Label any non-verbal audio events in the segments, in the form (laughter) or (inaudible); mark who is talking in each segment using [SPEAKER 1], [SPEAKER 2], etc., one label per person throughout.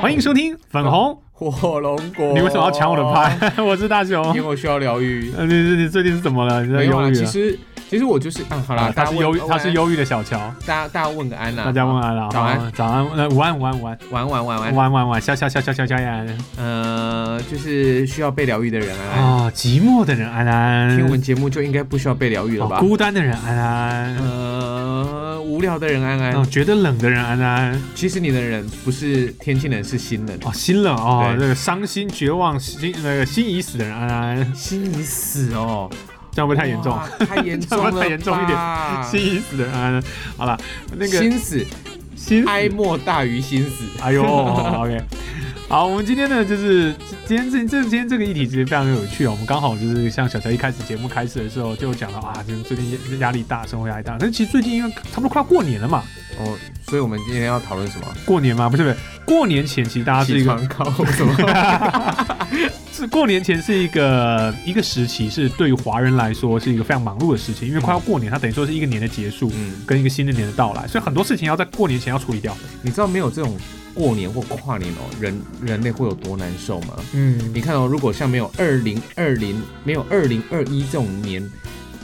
[SPEAKER 1] 欢迎收听粉红。
[SPEAKER 2] 哦火龙果，
[SPEAKER 1] 你为什么要抢我的？拍？ (laughs) 我是大雄。
[SPEAKER 2] 因为我需要疗愈。
[SPEAKER 1] 呃，你你最近是怎么了？你在
[SPEAKER 2] 没有
[SPEAKER 1] 忧
[SPEAKER 2] 啊，
[SPEAKER 1] 郁
[SPEAKER 2] 其
[SPEAKER 1] 啊？
[SPEAKER 2] 实其实我就是啊，好啦，
[SPEAKER 1] 啊他
[SPEAKER 2] 大家
[SPEAKER 1] 是
[SPEAKER 2] 问
[SPEAKER 1] 忧郁，
[SPEAKER 2] 问
[SPEAKER 1] 他是忧郁的小乔。
[SPEAKER 2] 大家大家问个安啦，
[SPEAKER 1] 大家问安了，
[SPEAKER 2] 早安
[SPEAKER 1] 好早安，呃，午安，午安，午安，
[SPEAKER 2] 晚安，晚安晚安哎
[SPEAKER 1] 午安，午安，午安，笑笑笑笑笑笑呀！
[SPEAKER 2] 呃，就是需要被疗愈的人啊，
[SPEAKER 1] 哦，寂寞的人安安，
[SPEAKER 2] 听我们节目就应该不需要被疗愈了
[SPEAKER 1] 哦
[SPEAKER 2] 吧？嗯
[SPEAKER 1] 孤单的人安安，
[SPEAKER 2] 呃，无聊的人安
[SPEAKER 1] 哦，
[SPEAKER 2] 安，
[SPEAKER 1] 觉得冷的人安安，
[SPEAKER 2] 其实你的人不是天气冷，是心冷，
[SPEAKER 1] 哦，心冷哦，
[SPEAKER 2] 对
[SPEAKER 1] 这个伤心、绝望、心那个心已死的人安安，
[SPEAKER 2] 心已死哦，
[SPEAKER 1] 这样会不会太严重？
[SPEAKER 2] 哇，太严重
[SPEAKER 1] 这
[SPEAKER 2] 了
[SPEAKER 1] 样
[SPEAKER 2] 吧，
[SPEAKER 1] (laughs) 太严重一点心已死的人安安，好了，那个
[SPEAKER 2] 心死，
[SPEAKER 1] 心
[SPEAKER 2] 哀莫大于心死，哦
[SPEAKER 1] 哎
[SPEAKER 2] (laughs)
[SPEAKER 1] 呦，OK。好，我们今天呢，就是今天这这今天这个议题其实非常有趣哦。我们刚好就是像小乔一开始节目开始的时候就讲到啊，就是最近压力大，生活压力大。但其实最近因为差不多快要过年了嘛，
[SPEAKER 2] 哦，所以我们今天要讨论什么？
[SPEAKER 1] 过年嘛，不是不是，过年前其实大家是一
[SPEAKER 2] 起
[SPEAKER 1] 个
[SPEAKER 2] 床高 (laughs) 什么？
[SPEAKER 1] 是过年前是一个一个时期，是对于华人来说是一个非常忙碌的事情，因为快要过年，它等于说是一个年的结束，
[SPEAKER 2] 嗯，
[SPEAKER 1] 跟一个新的年的到来，所以很多事情要在过年前要处理掉。
[SPEAKER 2] 你知道没有这种过年或跨年哦，人人类会有多难受吗？
[SPEAKER 1] 嗯
[SPEAKER 2] 你看哦，如果像没有二零二零、没有二零二一这种年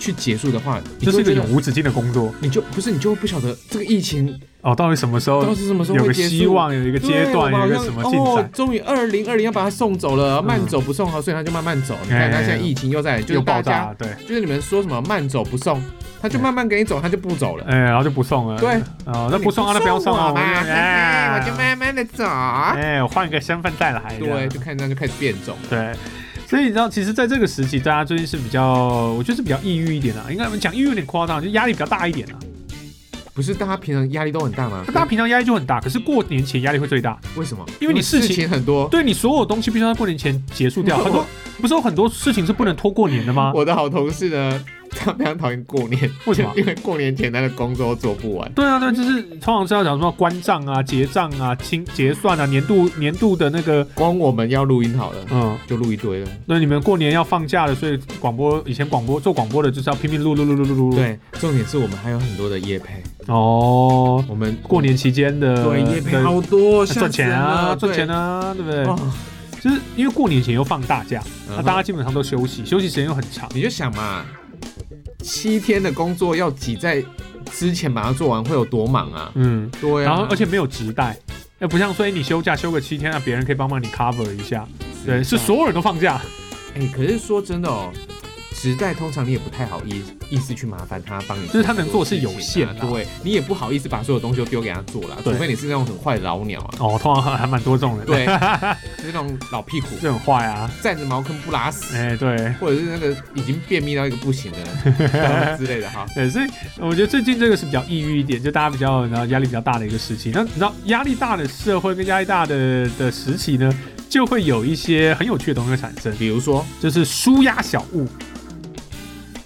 [SPEAKER 2] 去结束的话，你
[SPEAKER 1] 这
[SPEAKER 2] 就是
[SPEAKER 1] 一
[SPEAKER 2] 会
[SPEAKER 1] 个
[SPEAKER 2] 觉
[SPEAKER 1] 永
[SPEAKER 2] 得
[SPEAKER 1] 无止境的工作
[SPEAKER 2] 你就不是你就会不晓得这个疫情
[SPEAKER 1] 哦，到底什么时候
[SPEAKER 2] 到底是什么时候
[SPEAKER 1] 有
[SPEAKER 2] 会
[SPEAKER 1] 个
[SPEAKER 2] 结束？
[SPEAKER 1] 希望，有一个阶段，
[SPEAKER 2] 对
[SPEAKER 1] 有
[SPEAKER 2] 我
[SPEAKER 1] 一
[SPEAKER 2] 们
[SPEAKER 1] 个
[SPEAKER 2] 好像
[SPEAKER 1] 什么进
[SPEAKER 2] 哦
[SPEAKER 1] 展？、
[SPEAKER 2] 终于二零二零要把它送走了，
[SPEAKER 1] 嗯
[SPEAKER 2] 慢走不送好，所以他就慢慢走。你看他现在疫情又在，就是
[SPEAKER 1] 又
[SPEAKER 2] 大
[SPEAKER 1] 爆炸
[SPEAKER 2] 家
[SPEAKER 1] 了，对，
[SPEAKER 2] 就是你们说什么慢走不送，他就慢慢给你走，他就不走了。
[SPEAKER 1] 哎、然后就不送了，
[SPEAKER 2] 对
[SPEAKER 1] 啊、那不送啊，那不要送啊，
[SPEAKER 2] 我吧，嘿嘿
[SPEAKER 1] 哎
[SPEAKER 2] 我就慢慢的走。
[SPEAKER 1] 哎，我换一个身份再来，
[SPEAKER 2] 对，就看这样就开始变种。
[SPEAKER 1] 对。所以你知道，其实在这个时期，大家最近是比较，我觉得是比较抑郁一点啊。应该讲抑郁有点夸张，就压力比较大一点啊。
[SPEAKER 2] 不是大家平常压力都很大吗？
[SPEAKER 1] 大家平常压力就很大，可是过年前压力会最大。
[SPEAKER 2] 为什么？
[SPEAKER 1] 因为你事
[SPEAKER 2] 事
[SPEAKER 1] 情
[SPEAKER 2] 情很多。
[SPEAKER 1] 对你所有东西必须要在过年前结束
[SPEAKER 2] (laughs)
[SPEAKER 1] 掉，很多不是有很多事情是不能拖过年的吗？
[SPEAKER 2] 我的好同事呢， (laughs) 他非常讨厌过年，
[SPEAKER 1] 啊为什么
[SPEAKER 2] (laughs) 因为过年前他的工作都做不完。
[SPEAKER 1] 对啊，对啊，就是通常是要讲什么关账啊、结账啊、清结算啊、年度年度的那个，
[SPEAKER 2] 光我们要录音好了，
[SPEAKER 1] 嗯，
[SPEAKER 2] 就录一堆了。
[SPEAKER 1] 那你们过年要放假了，所以广播以前广播做广播的就是要拼命录录录录录录。，
[SPEAKER 2] 对，重点是我们还有很多的夜配，
[SPEAKER 1] 哦，
[SPEAKER 2] 我们
[SPEAKER 1] 过年期间的
[SPEAKER 2] 对夜配
[SPEAKER 1] 的
[SPEAKER 2] 好多，吓
[SPEAKER 1] 赚钱啊，
[SPEAKER 2] 死
[SPEAKER 1] 赚钱
[SPEAKER 2] 人了
[SPEAKER 1] 啊，对不对
[SPEAKER 2] 对？
[SPEAKER 1] 就是因为过年前又放大假，
[SPEAKER 2] 哦
[SPEAKER 1] 那大家基本上都休息，休息时间又很长。
[SPEAKER 2] 你就想嘛，七天的工作要挤在之前把它做完，会有多忙啊？
[SPEAKER 1] 嗯，
[SPEAKER 2] 对啊，
[SPEAKER 1] 然后而且没有直带。哎，不像说哎你休假休个七天，那别人可以帮忙你 cover 一下。对，是所有人都放假。
[SPEAKER 2] 哎、可是说真的哦，直代通常你也不太好意意思去麻烦他帮你，
[SPEAKER 1] 就是他能做的是有限
[SPEAKER 2] 啊
[SPEAKER 1] 啦，
[SPEAKER 2] 对，你也不好意思把所有东西都丢给他做啦，除
[SPEAKER 1] 对
[SPEAKER 2] 非你是那种很坏的老鸟啊，
[SPEAKER 1] 哦，通常还还蛮多这种人， (laughs)
[SPEAKER 2] 对，就是那种老屁股，
[SPEAKER 1] 就很坏啊。
[SPEAKER 2] 站着茅坑不拉屎，
[SPEAKER 1] 哎、对。
[SPEAKER 2] 或者是那个已经便秘到一个不行
[SPEAKER 1] (laughs)
[SPEAKER 2] 的人之类的哈。
[SPEAKER 1] 对，所以我觉得最近这个是比较抑郁一点，就大家比较然后压力比较大的一个时期。那你知道压力大的社会跟压力大的的时期呢，就会有一些很有趣的东西会产生，
[SPEAKER 2] 比如说，
[SPEAKER 1] 就是舒压小物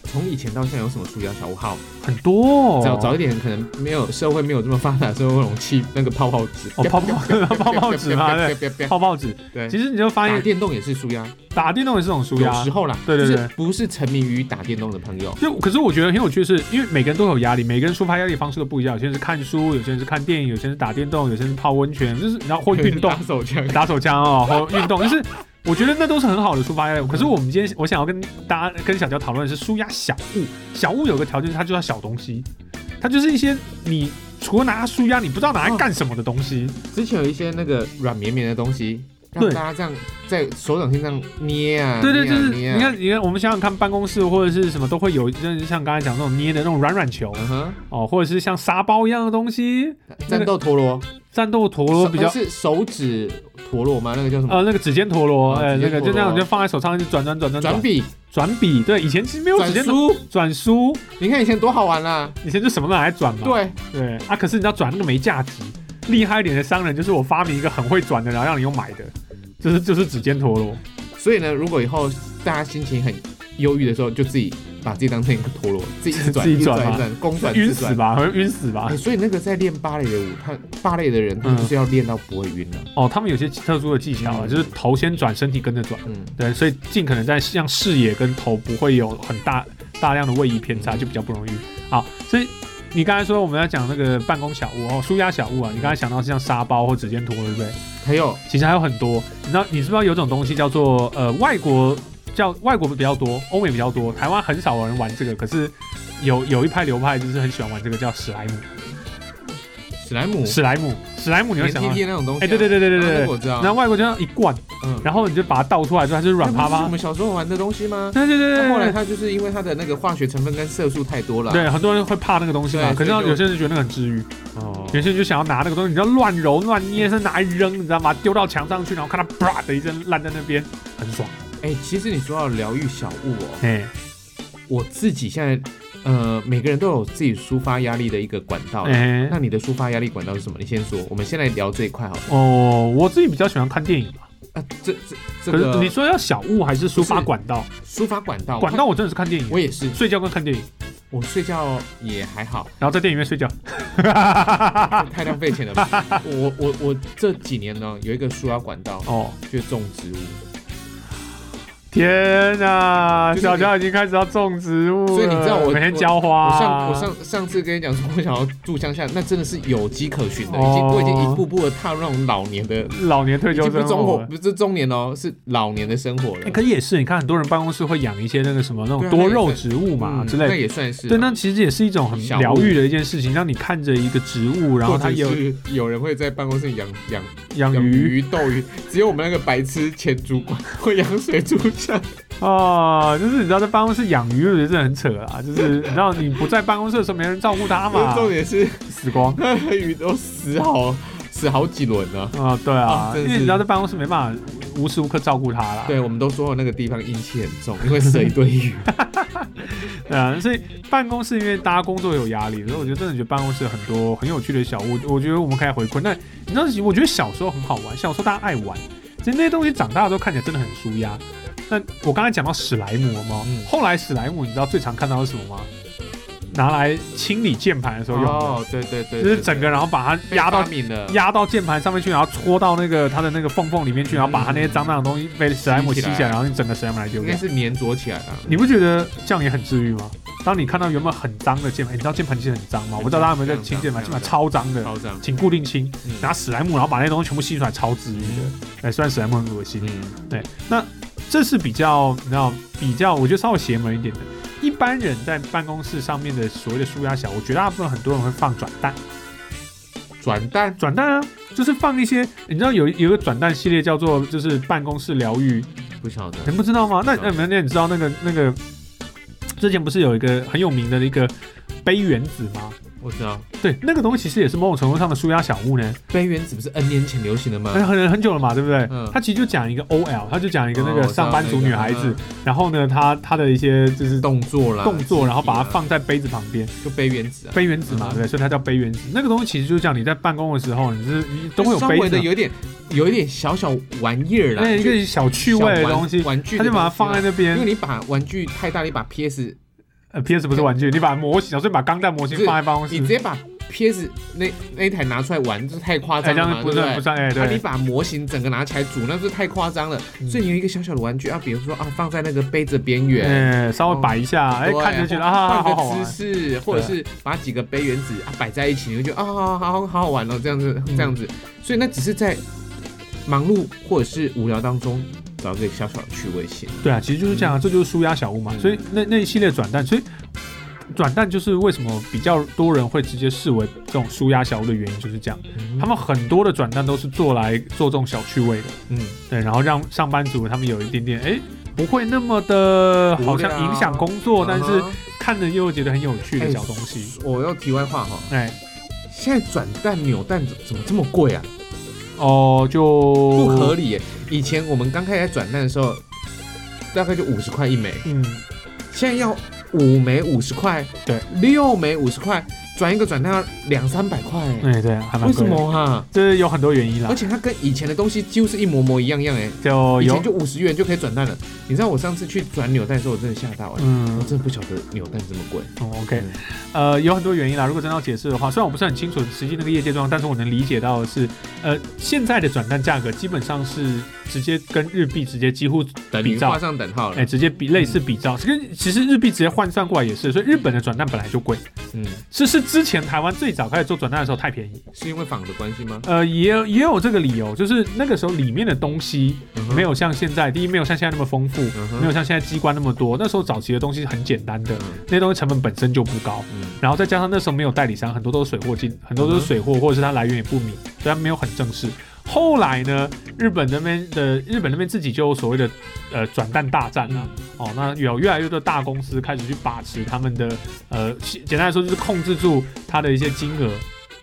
[SPEAKER 2] 从以前到现在有什么舒压小物好？
[SPEAKER 1] 很多、哦。
[SPEAKER 2] 早早一点可能没有社会没有这么发达，社会容器那个泡泡纸，
[SPEAKER 1] 哦，泡泡
[SPEAKER 2] (laughs)
[SPEAKER 1] 泡泡纸嘛，对，
[SPEAKER 2] 对
[SPEAKER 1] 泡泡纸。
[SPEAKER 2] 对，
[SPEAKER 1] 其实你就发
[SPEAKER 2] 打
[SPEAKER 1] 现
[SPEAKER 2] 电动也是舒压，
[SPEAKER 1] 打电动也是种舒
[SPEAKER 2] 有
[SPEAKER 1] 压
[SPEAKER 2] 时。候啦，
[SPEAKER 1] 对对
[SPEAKER 2] 就是
[SPEAKER 1] 对
[SPEAKER 2] 不是沉迷于打电动的朋友，
[SPEAKER 1] 就可是我觉得很有趣的是，因为每个人都有压力，每个人抒发压力的方式都不一样。有些人是看书，有些人是看电影，有些人是打电动，有些人是泡温泉，就是然后或运动
[SPEAKER 2] 打。手枪。
[SPEAKER 1] 打手枪哦，或运动，就是我觉得那都是很好的抒发压
[SPEAKER 2] 嗯
[SPEAKER 1] 力。可是我们今天我想要跟大家跟小乔讨论的是舒压小物，小物有个条件，它就要小东西，它就是一些你除了拿它舒压，你不知道拿来干什么的东西。
[SPEAKER 2] 之前有一些那个软绵绵的东西，让
[SPEAKER 1] 对
[SPEAKER 2] 大家这样在手掌心这样捏啊，
[SPEAKER 1] 对对，
[SPEAKER 2] 捏
[SPEAKER 1] 就
[SPEAKER 2] 啊
[SPEAKER 1] 是
[SPEAKER 2] 捏啊
[SPEAKER 1] 你看，你看，我们想想看，办公室或者是什么都会有，就是像刚才讲那种捏的那种软软球
[SPEAKER 2] 嗯哼，
[SPEAKER 1] 哦，或者是像沙包一样的东西，
[SPEAKER 2] 战斗陀螺，
[SPEAKER 1] 战斗陀螺比较
[SPEAKER 2] (laughs) 那。是手指陀螺吗？那个叫什么？
[SPEAKER 1] 呃，那个指尖陀螺，
[SPEAKER 2] 哦
[SPEAKER 1] 哎、
[SPEAKER 2] 指
[SPEAKER 1] 那
[SPEAKER 2] 尖
[SPEAKER 1] 个
[SPEAKER 2] 陀
[SPEAKER 1] 就那样，
[SPEAKER 2] 螺
[SPEAKER 1] 就放在手上，就转转转转
[SPEAKER 2] 转
[SPEAKER 1] 转
[SPEAKER 2] 笔、
[SPEAKER 1] 转笔。对，以前其实没有
[SPEAKER 2] 转
[SPEAKER 1] 指尖陀
[SPEAKER 2] 书，
[SPEAKER 1] 转书，
[SPEAKER 2] 你看以前多好玩啦！
[SPEAKER 1] 以前就什么都拿来转嘛。
[SPEAKER 2] 对，
[SPEAKER 1] 对啊，可是你知道转那个没价值，厉害一点的商人就是我发明一个很会转的，然后让你用买的，就是就是指尖陀螺。
[SPEAKER 2] 所以呢，如果以后大家心情很忧郁的时候，就自己把自己当成一个陀螺，自己一直转，
[SPEAKER 1] 自己
[SPEAKER 2] 一直
[SPEAKER 1] 转
[SPEAKER 2] 转，
[SPEAKER 1] 吗
[SPEAKER 2] 一直转，公转
[SPEAKER 1] 晕
[SPEAKER 2] 自
[SPEAKER 1] 死
[SPEAKER 2] 转。
[SPEAKER 1] 吧，会晕死吧
[SPEAKER 2] 哎，。所以那个在练芭蕾的舞，他芭蕾的人，
[SPEAKER 1] 嗯
[SPEAKER 2] 他就是要练到不会晕了。
[SPEAKER 1] 哦，他们有些特殊的技巧啊，
[SPEAKER 2] 嗯
[SPEAKER 1] 就是头先转，身体跟着转。
[SPEAKER 2] 嗯，
[SPEAKER 1] 对，所以尽可能在让视野跟头不会有很大大量的位移偏差，就比较不容易。好，所以你刚才说我们要讲那个办公小物哦，舒压小物啊，你刚才想到是像沙包或指尖拖，对不对？
[SPEAKER 2] 还有
[SPEAKER 1] 其实还有很多。你知道你知不知道有种东西叫做呃外国叫外国比较多，欧美比较多，台湾很少有人玩这个，可是有有一派流派就是很喜欢玩这个叫史莱姆，
[SPEAKER 2] 史莱姆、
[SPEAKER 1] 史莱姆，史莱姆你会
[SPEAKER 2] 黏
[SPEAKER 1] 想
[SPEAKER 2] T
[SPEAKER 1] 到。
[SPEAKER 2] T 那种东西啊，
[SPEAKER 1] 哎、对对对对对
[SPEAKER 2] 啊
[SPEAKER 1] 对
[SPEAKER 2] 那
[SPEAKER 1] 对
[SPEAKER 2] 个，我知道。
[SPEAKER 1] 然后外国就像一罐，
[SPEAKER 2] 嗯，
[SPEAKER 1] 然后你就把它倒出来之后，它就是软趴
[SPEAKER 2] 那不是
[SPEAKER 1] 趴
[SPEAKER 2] 我。们小时候玩的东西吗？
[SPEAKER 1] 对对对对
[SPEAKER 2] 那
[SPEAKER 1] 对，
[SPEAKER 2] 后来它就是因为它的那个化学成分跟色素太多了，，
[SPEAKER 1] 对很多人会怕那个东西嘛，
[SPEAKER 2] 对
[SPEAKER 1] 可是
[SPEAKER 2] 所以就
[SPEAKER 1] 有些人就觉得那个很治愈，
[SPEAKER 2] 哦，
[SPEAKER 1] 有些人就想要拿那个东西，你知道乱揉乱捏，甚至拿来扔，你知道吗？丢到墙上去，然后看它啪的一声烂在那边，很爽。
[SPEAKER 2] 哎、其实你说到疗愈小物哦，
[SPEAKER 1] 哎
[SPEAKER 2] 我自己现在，呃，每个人都有自己抒发压力的一个管道。
[SPEAKER 1] 哎
[SPEAKER 2] 那你的抒发压力管道是什么？你先说，我们先来聊这一块好了。
[SPEAKER 1] 哦，我自己比较喜欢看电影吧。
[SPEAKER 2] 啊，这这这
[SPEAKER 1] 可是
[SPEAKER 2] 个
[SPEAKER 1] 你说要小物还是抒发
[SPEAKER 2] 不是
[SPEAKER 1] 管道？
[SPEAKER 2] 抒发管道，
[SPEAKER 1] 管道我真的是看电影，
[SPEAKER 2] 我也是，
[SPEAKER 1] 睡觉跟看电影，
[SPEAKER 2] 我睡觉也还好，
[SPEAKER 1] 然后在电影院睡觉。啊
[SPEAKER 2] 太浪
[SPEAKER 1] (laughs)
[SPEAKER 2] 费钱了吧。我我我这几年呢，有一个抒发管道，
[SPEAKER 1] 哦，
[SPEAKER 2] 就是种植物。
[SPEAKER 1] 天哪，
[SPEAKER 2] 就是你
[SPEAKER 1] 小乔已经开始要种植物了，
[SPEAKER 2] 所以你知道我
[SPEAKER 1] 每天浇花
[SPEAKER 2] 我
[SPEAKER 1] 啊，
[SPEAKER 2] 上我上上次跟你讲说，我想要住乡下，那真的是有迹可循的，
[SPEAKER 1] 哦
[SPEAKER 2] 已经我已经一步步的踏入那种老年的，
[SPEAKER 1] 老年退
[SPEAKER 2] 已
[SPEAKER 1] 休
[SPEAKER 2] 经不
[SPEAKER 1] 生
[SPEAKER 2] 是中
[SPEAKER 1] 活
[SPEAKER 2] 活，
[SPEAKER 1] 了。
[SPEAKER 2] 不是中年哦，是老年的生活了
[SPEAKER 1] 欸。可是也是，你看很多人办公室会养一些那个什么那种
[SPEAKER 2] 对啊
[SPEAKER 1] 多肉植物嘛、
[SPEAKER 2] 嗯
[SPEAKER 1] 之类
[SPEAKER 2] 那
[SPEAKER 1] 的。
[SPEAKER 2] 也算是
[SPEAKER 1] 对，
[SPEAKER 2] 吧
[SPEAKER 1] 那其实也是一种很
[SPEAKER 2] 小物
[SPEAKER 1] 疗愈的一件事情，让你看着一个植物，然后它有
[SPEAKER 2] 或者是有人会在办公室养养
[SPEAKER 1] 养
[SPEAKER 2] 养
[SPEAKER 1] 鱼
[SPEAKER 2] 鱼、斗鱼，只有我们那个白痴前主管会养水族
[SPEAKER 1] (laughs)
[SPEAKER 2] 箱。
[SPEAKER 1] 哦，就是你知道在办公室养鱼，我觉得真的很扯啊！就是 (laughs) 你知道你不在办公室的时候，没人照顾它嘛，
[SPEAKER 2] 重点是 (laughs)
[SPEAKER 1] 死光
[SPEAKER 2] 那个鱼都死好死好几轮了。
[SPEAKER 1] 啊、对啊
[SPEAKER 2] 啊，真
[SPEAKER 1] 因
[SPEAKER 2] 的是
[SPEAKER 1] 为你知道在办公室没办法无时无刻照顾它啦。
[SPEAKER 2] 对，我们都说那个地方阴气很重，因为
[SPEAKER 1] (laughs)
[SPEAKER 2] 死了一堆鱼。
[SPEAKER 1] 对啊，所以办公室因为大家工作有压力，所以我觉得真的觉得办公室很多很有趣的小物，我觉得我们可以回馈。那你知道，我觉得小时候很好玩，小时候大家爱玩，其实那些东西长大之后看起来真的很舒压。那我刚才讲到史莱姆了吗？
[SPEAKER 2] 嗯
[SPEAKER 1] 后来史莱姆你知道最常看到的是什么吗？拿来清理键盘的时候用的，
[SPEAKER 2] 哦，对对对，
[SPEAKER 1] 就是整个然后把它
[SPEAKER 2] 被
[SPEAKER 1] 压到
[SPEAKER 2] 发明了，
[SPEAKER 1] 压到键盘上面去，然后戳到那个它的那个缝缝里面去，然后把它那些脏脏的东西被史莱姆吸起
[SPEAKER 2] 吸起
[SPEAKER 1] 来，
[SPEAKER 2] 来
[SPEAKER 1] 然后你整个史莱姆来丢
[SPEAKER 2] 应
[SPEAKER 1] 掉
[SPEAKER 2] 该。是粘着起来啊了。
[SPEAKER 1] 你不觉得这样也很治愈吗？当你看到原本很脏的键盘，你知道键盘其实很脏吗？
[SPEAKER 2] 很脏
[SPEAKER 1] 我不知道大家有没有在清键盘，
[SPEAKER 2] 非
[SPEAKER 1] 键盘
[SPEAKER 2] 常脏
[SPEAKER 1] 超脏的，
[SPEAKER 2] 超脏，
[SPEAKER 1] 请固定清，
[SPEAKER 2] 嗯
[SPEAKER 1] 拿史莱姆，然后把那些东西全部吸出来，超治愈的。哎，虽然史莱姆很恶心，
[SPEAKER 2] 嗯，
[SPEAKER 1] 对，那这是比较，你知道，比较，我觉得稍微邪门一点的。一般人在办公室上面的所谓的舒压小，我绝大部分很多人会放转蛋，
[SPEAKER 2] 转蛋
[SPEAKER 1] 转蛋啊，就是放一些，你知道有有一个转蛋系列叫做就是办公室疗愈，
[SPEAKER 2] 不晓得
[SPEAKER 1] 你不知道吗？那
[SPEAKER 2] 知
[SPEAKER 1] 那
[SPEAKER 2] 道
[SPEAKER 1] 那那你知道那个那个之前不是有一个很有名的一个杯原子吗？
[SPEAKER 2] 我知道，
[SPEAKER 1] 对，那个东西其实也是某种程度上的舒压小物呢，
[SPEAKER 2] 杯原子不是 N 年前流行的吗？
[SPEAKER 1] 很很很久了嘛，对不对？
[SPEAKER 2] 嗯
[SPEAKER 1] 它其实就讲一个 OL，它就讲一个那
[SPEAKER 2] 哦我
[SPEAKER 1] 个
[SPEAKER 2] 知道
[SPEAKER 1] 上班族
[SPEAKER 2] 那个
[SPEAKER 1] 女孩子，
[SPEAKER 2] 嗯
[SPEAKER 1] 然后呢，她她的一些就是
[SPEAKER 2] 动作啊啦，
[SPEAKER 1] 动作，然后把它
[SPEAKER 2] 肢体啦
[SPEAKER 1] 放在杯子旁边，
[SPEAKER 2] 就杯原子啊，
[SPEAKER 1] 杯原子嘛，
[SPEAKER 2] 嗯
[SPEAKER 1] 对不对，所以它叫杯原子。那个东西其实就是讲你在办公的时候，你是你都会有
[SPEAKER 2] 稍
[SPEAKER 1] 杯
[SPEAKER 2] 微
[SPEAKER 1] 子
[SPEAKER 2] 的
[SPEAKER 1] 嘛，
[SPEAKER 2] 有一点有一点小小玩意儿啦，
[SPEAKER 1] 那一个小趣
[SPEAKER 2] 就
[SPEAKER 1] 味的
[SPEAKER 2] 小玩
[SPEAKER 1] 东西，
[SPEAKER 2] 玩具，
[SPEAKER 1] 他就把它放在。那边
[SPEAKER 2] 啊因为。你把玩具太大，你把 PS，
[SPEAKER 1] 呃，PS 不是玩具，你把模型，所以把钢弹模型
[SPEAKER 2] 不是
[SPEAKER 1] 放在办公室
[SPEAKER 2] 你直，接把 PS 那那一台拿出来玩，这太夸
[SPEAKER 1] 哎，
[SPEAKER 2] 张
[SPEAKER 1] 这
[SPEAKER 2] 了
[SPEAKER 1] 样
[SPEAKER 2] 嘛，
[SPEAKER 1] 不
[SPEAKER 2] 对
[SPEAKER 1] 算
[SPEAKER 2] 不
[SPEAKER 1] 不
[SPEAKER 2] 对？
[SPEAKER 1] 算，哎，
[SPEAKER 2] 啊，你
[SPEAKER 1] 对，
[SPEAKER 2] 把模型整个拿起来组，那是太夸张了。
[SPEAKER 1] 嗯
[SPEAKER 2] 所以你有一个小小的玩具啊，比如说啊，放在那个杯子边缘，
[SPEAKER 1] 哎，稍微摆一下，哎，
[SPEAKER 2] 嗯对
[SPEAKER 1] 看着觉得啊，
[SPEAKER 2] 换
[SPEAKER 1] 好
[SPEAKER 2] 个
[SPEAKER 1] 好玩
[SPEAKER 2] 姿。势，或者是把几个杯原子啊摆在一起，你会觉得啊，好好好好玩哦，这样子
[SPEAKER 1] 嗯
[SPEAKER 2] 这样子。所以那只是在忙碌或者是无聊当中找到一个小小的趣味性。
[SPEAKER 1] 对啊，其实就是这样，这就是舒压小物嘛。
[SPEAKER 2] 嗯
[SPEAKER 1] 所以那那一系列转蛋，所以转蛋就是为什么比较多人会直接视为这种舒压小物的原因，就是这样。他们很多的转蛋都是做来做这种小趣味的，
[SPEAKER 2] 嗯，
[SPEAKER 1] 对，然后让上班族他们有一点点哎。不会那么的，好像影响工作，但是
[SPEAKER 2] 啊
[SPEAKER 1] 看着又觉得很有趣的
[SPEAKER 2] 哎
[SPEAKER 1] 小东西。
[SPEAKER 2] 我要题外话哈，
[SPEAKER 1] 哎，
[SPEAKER 2] 现在转蛋扭蛋怎怎么这么贵啊？
[SPEAKER 1] 哦，就
[SPEAKER 2] 不
[SPEAKER 1] 不
[SPEAKER 2] 合理耶！以前我们刚开始转蛋的时候，大概就五十块一枚，
[SPEAKER 1] 嗯，
[SPEAKER 2] 现在要五枚五十块，
[SPEAKER 1] 对，
[SPEAKER 2] 六枚五十块，转一个转蛋要两三百块耶，
[SPEAKER 1] 哎，对，还蛮
[SPEAKER 2] 为什
[SPEAKER 1] 贵的。
[SPEAKER 2] 么哈、
[SPEAKER 1] 这有很多原因啦
[SPEAKER 2] 而，且它跟以前的东西几乎是一模模一样样哎，
[SPEAKER 1] 就
[SPEAKER 2] 以
[SPEAKER 1] 哦有
[SPEAKER 2] 前就五十元就可以转蛋了。你知道我上次去转扭蛋的时候，我真的吓到哎，我
[SPEAKER 1] 嗯
[SPEAKER 2] 真的不晓得扭蛋这么贵。
[SPEAKER 1] 嗯，OK，呃，有很多原因啦。如果真的要解释的话，虽然我不是很清楚实际那个业界状况，但是我能理解到的是，呃，现在的转蛋价格基本上是直接跟日币直接几乎，
[SPEAKER 2] 等于
[SPEAKER 1] 比照
[SPEAKER 2] 画上等号
[SPEAKER 1] 哎、
[SPEAKER 2] 了。
[SPEAKER 1] 直接
[SPEAKER 2] 嗯
[SPEAKER 1] 比类似比照，跟其实日币直接换算过来也是，所以日本的转蛋本来就贵，
[SPEAKER 2] 嗯，
[SPEAKER 1] 是是之前台湾最早开始做转蛋的时候太便宜，
[SPEAKER 2] 是因为仿的关系吗？
[SPEAKER 1] 呃，也有也有这个理由，就是那个时候里面的东西
[SPEAKER 2] 嗯哼
[SPEAKER 1] 没，有像现在，第一没有像现在那么丰富，
[SPEAKER 2] 嗯哼
[SPEAKER 1] 没有像现在机关那么多。那时候早期的东西很简单的，
[SPEAKER 2] 嗯
[SPEAKER 1] 那些东西成本本身就不高，
[SPEAKER 2] 嗯
[SPEAKER 1] 然后再加上那时候没有代理商，很多都是水货进，很多都是水货，或者是它来源也不明，所以它没有很正式。后来呢，日本那边的日本那边自己就有所谓的呃转蛋大战啊，哦，那有越来越多大公司开始去把持他们的呃，简单来说就是控制住它的一些金额，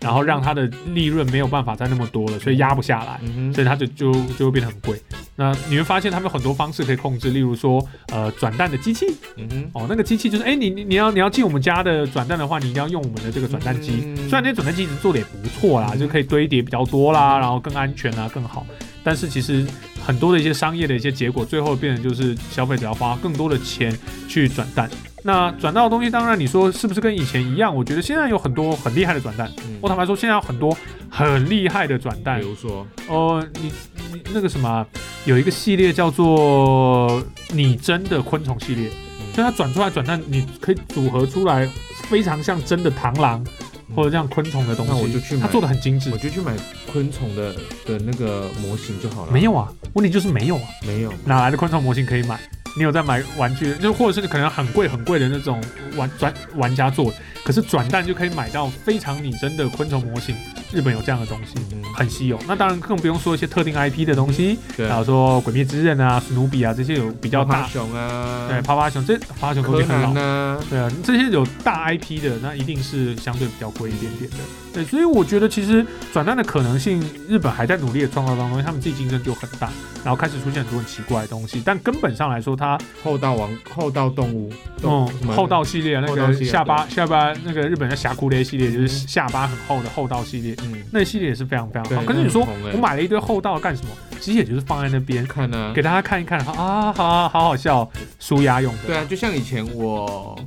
[SPEAKER 1] 然后让它的利润没有办法再那么多了，所以压不下来。
[SPEAKER 2] 嗯哼，
[SPEAKER 1] 所以它就就就会变得很贵。那你会发现他们有很多方式可以控制，例如说，呃，转蛋的机器
[SPEAKER 2] 嗯哼，
[SPEAKER 1] 哦，那个机器就是，哎、你你你要你要进我们家的转蛋的话，你一定要用我们的这个转蛋机。
[SPEAKER 2] 嗯
[SPEAKER 1] 虽然那些转蛋机做的也不错啦，
[SPEAKER 2] 嗯
[SPEAKER 1] 就可以堆叠比较多啦，然后更安全啦，更好。但是其实很多的一些商业的一些结果，最后变成就是消费者要花更多的钱去转蛋。那转到的东西，当然你说是不是跟以前一样？我觉得现在有很多很厉害的转蛋。
[SPEAKER 2] 嗯
[SPEAKER 1] 我坦白说，现在有很多很厉害的转蛋
[SPEAKER 2] 比，如说，
[SPEAKER 1] 哦，你你那个什么啊，有一个系列叫做“拟真”的昆虫系列，就它转出来转蛋，你可以组合出来非常像真的螳螂
[SPEAKER 2] 嗯
[SPEAKER 1] 或者像昆虫的东西。
[SPEAKER 2] 那我就去买
[SPEAKER 1] 它做的很精致
[SPEAKER 2] 我。就去买昆虫的的那个模型就好了。
[SPEAKER 1] 没有啊，问题就是没有啊，
[SPEAKER 2] 没有，
[SPEAKER 1] 哪来的昆虫模型可以买？你有在买玩具，就或者是你可能很贵很贵的那种玩转玩家做的，可是转蛋就可以买到非常拟真的昆虫模型。日本有这样的东西，
[SPEAKER 2] 嗯哼，
[SPEAKER 1] 很稀有。那当然更不用说一些特定 IP 的东西。
[SPEAKER 2] 对
[SPEAKER 1] 然，后说《鬼灭之刃》啊、《史努比》啊这些有比较
[SPEAKER 2] 大
[SPEAKER 1] 大，
[SPEAKER 2] 熊啊，
[SPEAKER 1] 对，趴趴熊这趴趴熊都
[SPEAKER 2] 柯
[SPEAKER 1] 已经很
[SPEAKER 2] 南
[SPEAKER 1] 老，
[SPEAKER 2] 啊，
[SPEAKER 1] 对啊，这些有大 IP 的，那一定是相对比较贵一点点的，对，所以我觉得其实转蛋的可能性，日本还在努力的创造当中，他们自己竞争就很大，然后开始出现很多很奇怪的东西，但根本上来说，它
[SPEAKER 2] 厚道王，厚道动物，
[SPEAKER 1] 嗯
[SPEAKER 2] 动什么
[SPEAKER 1] 厚道系列啊那
[SPEAKER 2] 厚道系
[SPEAKER 1] 个
[SPEAKER 2] 列
[SPEAKER 1] 下巴下巴那个日本的峡谷雷系列，就是
[SPEAKER 2] 嗯
[SPEAKER 1] 下巴很厚的厚道系列，
[SPEAKER 2] 嗯，
[SPEAKER 1] 那系列也是非常非常好，
[SPEAKER 2] 对
[SPEAKER 1] 可是你说
[SPEAKER 2] 那很红欸
[SPEAKER 1] 我买了一堆厚道干什么？其实也就是放在那边。
[SPEAKER 2] 看啊，
[SPEAKER 1] 给大家看一看，然后啊，好啊好好笑，舒压用的。
[SPEAKER 2] 对啊，就像以前我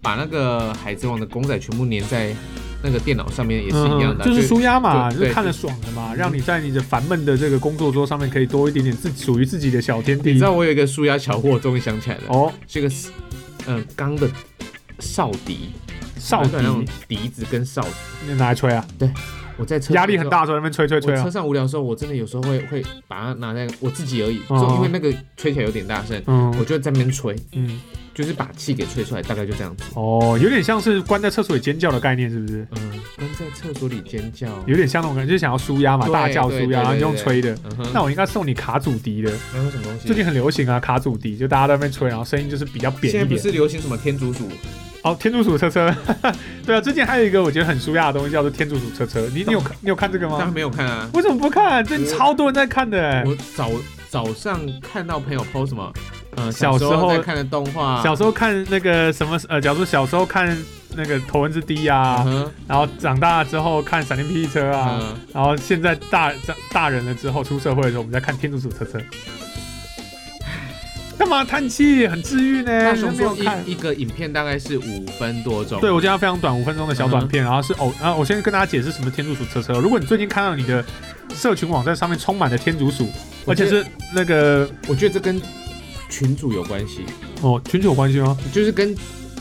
[SPEAKER 2] 把那个海贼王的公仔全部粘在那个电脑上面也是一样
[SPEAKER 1] 嗯
[SPEAKER 2] 的啊，
[SPEAKER 1] 就是舒压嘛，
[SPEAKER 2] 就
[SPEAKER 1] 就
[SPEAKER 2] 对
[SPEAKER 1] 是看了爽的嘛，让你在你的烦闷的这个工作桌上面可以多一点点自己属于自己的小天
[SPEAKER 2] 你
[SPEAKER 1] 地
[SPEAKER 2] 知。道我有一个舒压小货，我终于想起来了，
[SPEAKER 1] 哦，
[SPEAKER 2] 是一个嗯钢的哨笛，
[SPEAKER 1] 少
[SPEAKER 2] 那种
[SPEAKER 1] 迪，
[SPEAKER 2] 笛子跟哨子，
[SPEAKER 1] 你拿来吹啊，
[SPEAKER 2] 我在车
[SPEAKER 1] 压力很。大的时候在那边吹吹吹
[SPEAKER 2] 我
[SPEAKER 1] 啊
[SPEAKER 2] 车。上无聊的时候，我真的有时候会会把它拿在我自己而已，
[SPEAKER 1] 哦
[SPEAKER 2] 就因为那个吹起来有点大声，我
[SPEAKER 1] 嗯
[SPEAKER 2] 就在那边吹，
[SPEAKER 1] 嗯，
[SPEAKER 2] 就是把气给吹出来，大概就这样子。
[SPEAKER 1] 哦，有点像是关在厕所里尖叫的概念，是不是？
[SPEAKER 2] 嗯，关在厕所里尖叫。
[SPEAKER 1] 有点像那种感觉，就是想要舒压嘛，
[SPEAKER 2] 对
[SPEAKER 1] 大叫舒
[SPEAKER 2] 对对
[SPEAKER 1] 压，然后
[SPEAKER 2] 对
[SPEAKER 1] 你用
[SPEAKER 2] 对
[SPEAKER 1] 吹的。
[SPEAKER 2] 嗯哼，
[SPEAKER 1] 那我应该送你卡祖笛的，
[SPEAKER 2] 还有什么东西？
[SPEAKER 1] 最近很流行啊，卡祖笛，就大家在那边吹，然后声音就是比较扁
[SPEAKER 2] 现在
[SPEAKER 1] 一
[SPEAKER 2] 不
[SPEAKER 1] 点。
[SPEAKER 2] 是流行什么天竺鼠？
[SPEAKER 1] 哦，天竺鼠车车， (laughs) 对啊，最近还有一个我觉得很舒压的东西叫做天竺鼠车车，你你有看你有看这个
[SPEAKER 2] 大家
[SPEAKER 1] 吗？
[SPEAKER 2] 没有看啊。
[SPEAKER 1] 为什么不看？最近超多人在看的、欸。
[SPEAKER 2] 我早早上看到朋友 PO 什么，呃，
[SPEAKER 1] 小时
[SPEAKER 2] 时
[SPEAKER 1] 候
[SPEAKER 2] 在看的动画，
[SPEAKER 1] 小时候看那个什么，呃，假如说小时候看那个《头文字 D》
[SPEAKER 2] 嗯
[SPEAKER 1] 啊，
[SPEAKER 2] 哼
[SPEAKER 1] 然后长大之后看《闪电霹雳车》啊，
[SPEAKER 2] 嗯
[SPEAKER 1] 然后现在大长大人了之后出社会的时候，我们在看《天竺鼠车车》。干嘛叹气？很治愈呢。
[SPEAKER 2] 大
[SPEAKER 1] 你都哎
[SPEAKER 2] 熊
[SPEAKER 1] 没有
[SPEAKER 2] 说
[SPEAKER 1] 看。
[SPEAKER 2] 一一个影片大概是五分多钟，
[SPEAKER 1] 对，我觉得它非常短，五分钟的小短
[SPEAKER 2] 嗯
[SPEAKER 1] 片，然后是偶，然后我先跟大家解释什么天竺鼠车车。如果你最近看到你的社群网站上面充满了天竺鼠，而
[SPEAKER 2] 我觉
[SPEAKER 1] 且
[SPEAKER 2] 得
[SPEAKER 1] 是那个
[SPEAKER 2] 我觉得这跟群主有关系，
[SPEAKER 1] 哦群主有关系吗？
[SPEAKER 2] 就是跟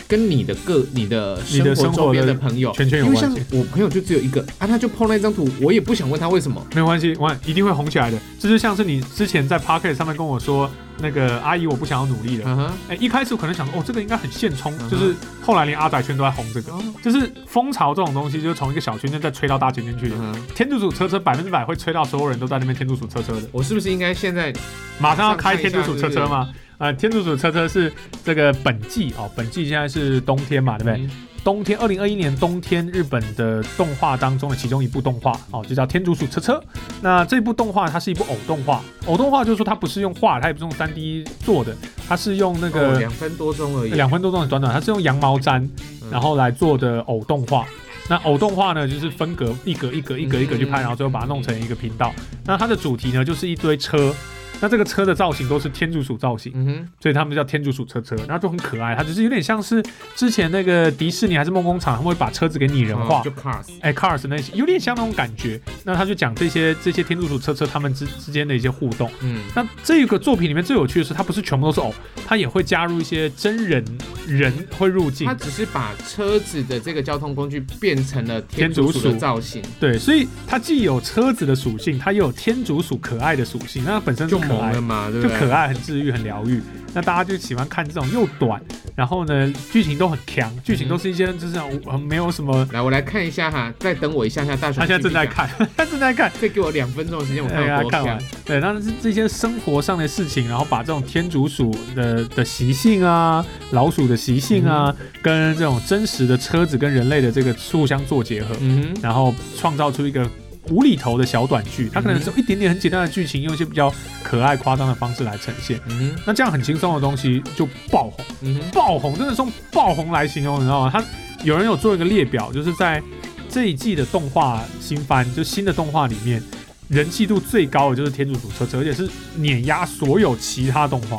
[SPEAKER 2] 跟你的个你的
[SPEAKER 1] 你的
[SPEAKER 2] 生活
[SPEAKER 1] 生活
[SPEAKER 2] 周边
[SPEAKER 1] 的
[SPEAKER 2] 的朋友。
[SPEAKER 1] 圈圈有
[SPEAKER 2] 因为
[SPEAKER 1] 关
[SPEAKER 2] 像
[SPEAKER 1] 系，
[SPEAKER 2] 我朋友就只有一个啊，他就 PO 那一张图，我也不想问他为什么。
[SPEAKER 1] 没有关系，我一定会红起来的。这就像是你之前在 p o c k e t 上面跟我说，那个阿姨我不想要努力了。
[SPEAKER 2] 嗯哼，
[SPEAKER 1] 哎，一开始我可能想说，哦，这个应该很现充
[SPEAKER 2] 嗯，哼
[SPEAKER 1] 就是后来连阿仔圈都在红这个。
[SPEAKER 2] 哦
[SPEAKER 1] 就是风潮这种东西，就是从一个小圈圈再吹到大圈圈去的
[SPEAKER 2] 嗯。哼，
[SPEAKER 1] 天竺鼠车车百分之百会吹到所有人都在那边天竺鼠车车的。
[SPEAKER 2] 我是不是应该现在
[SPEAKER 1] 马上要开天竺鼠车车吗？呃，天竺鼠车车是这个本季哦，本季现在是冬天嘛，对不对？
[SPEAKER 2] 嗯
[SPEAKER 1] 冬天，二零二一年冬天日本的动画当中的其中一部动画哦，就叫《天竺鼠车车》。那这部动画它是一部偶动画，偶动画就是说它不是用画，它也不是用三 D 做的，它是用那
[SPEAKER 2] 哦
[SPEAKER 1] 个
[SPEAKER 2] 两分多钟而已？
[SPEAKER 1] 两分多钟的短短，它是用羊毛毡
[SPEAKER 2] 嗯
[SPEAKER 1] 然后来做的偶动画。那偶动画呢，就是分隔一格一格一格一格去拍，
[SPEAKER 2] 嗯
[SPEAKER 1] 然后最后把它弄成一个频道。那它的主题呢，就是一堆车，那这个车的造型都是天竺鼠造型，
[SPEAKER 2] 嗯哼，
[SPEAKER 1] 所以他们叫天竺鼠车车，然后就很可爱。它就是有点像是之前那个迪士尼还是梦工厂，他们会把车子给拟人化
[SPEAKER 2] 哦，就 Cars，
[SPEAKER 1] 哎、c a r s 那些有点像那种感觉。那他就讲这些这些天竺鼠车车他们之之间的一些互动。
[SPEAKER 2] 嗯，
[SPEAKER 1] 那这个作品里面最有趣的是，它不是全部都是偶，它也会加入一些真人人会入镜
[SPEAKER 2] 嗯它。只是把车子的这个交通工具变成了
[SPEAKER 1] 天
[SPEAKER 2] 天
[SPEAKER 1] 竺
[SPEAKER 2] 竺
[SPEAKER 1] 鼠
[SPEAKER 2] 鼠的造型，
[SPEAKER 1] 对，所以它既有车子的属性，它也有天竺鼠可爱的属性，那它本身是
[SPEAKER 2] 就
[SPEAKER 1] 可
[SPEAKER 2] 萌
[SPEAKER 1] 爱
[SPEAKER 2] 了，嘛，对不
[SPEAKER 1] 就
[SPEAKER 2] 对？
[SPEAKER 1] 可爱，很治愈，很疗愈。那大家就喜欢看这种又短，然后呢，剧情都很强，剧情都是一些就是很没有什么。
[SPEAKER 2] 来，我来看一下哈，再等我一下下，大雄
[SPEAKER 1] 他现在
[SPEAKER 2] 继续
[SPEAKER 1] 正在
[SPEAKER 2] 讲，
[SPEAKER 1] 看， (laughs) 他正在看，
[SPEAKER 2] 再给我两分钟的时间，我看
[SPEAKER 1] 对啊
[SPEAKER 2] 有，多
[SPEAKER 1] 看完
[SPEAKER 2] 强。
[SPEAKER 1] 对，那是这些生活上的事情，然后把这种天竺鼠的的习性啊、老鼠的习性
[SPEAKER 2] 嗯
[SPEAKER 1] 啊，跟这种真实的车子跟人类的这个互相做结合，
[SPEAKER 2] 嗯哼，
[SPEAKER 1] 然后创造出一个无厘头的小短剧。它可能
[SPEAKER 2] 嗯
[SPEAKER 1] 只有一点点很简单的剧情，用一些比较可爱夸张的方式来呈现。
[SPEAKER 2] 嗯哼，
[SPEAKER 1] 那这样很轻松的东西就爆红，
[SPEAKER 2] 嗯哼，
[SPEAKER 1] 爆红真的是用爆红来形容，你知道吗？它有人有做一个列表，就是在这一季的动画新番，就新的动画里面，人气度最高的就是《天竺鼠车车》，而且是碾压所有其他动画。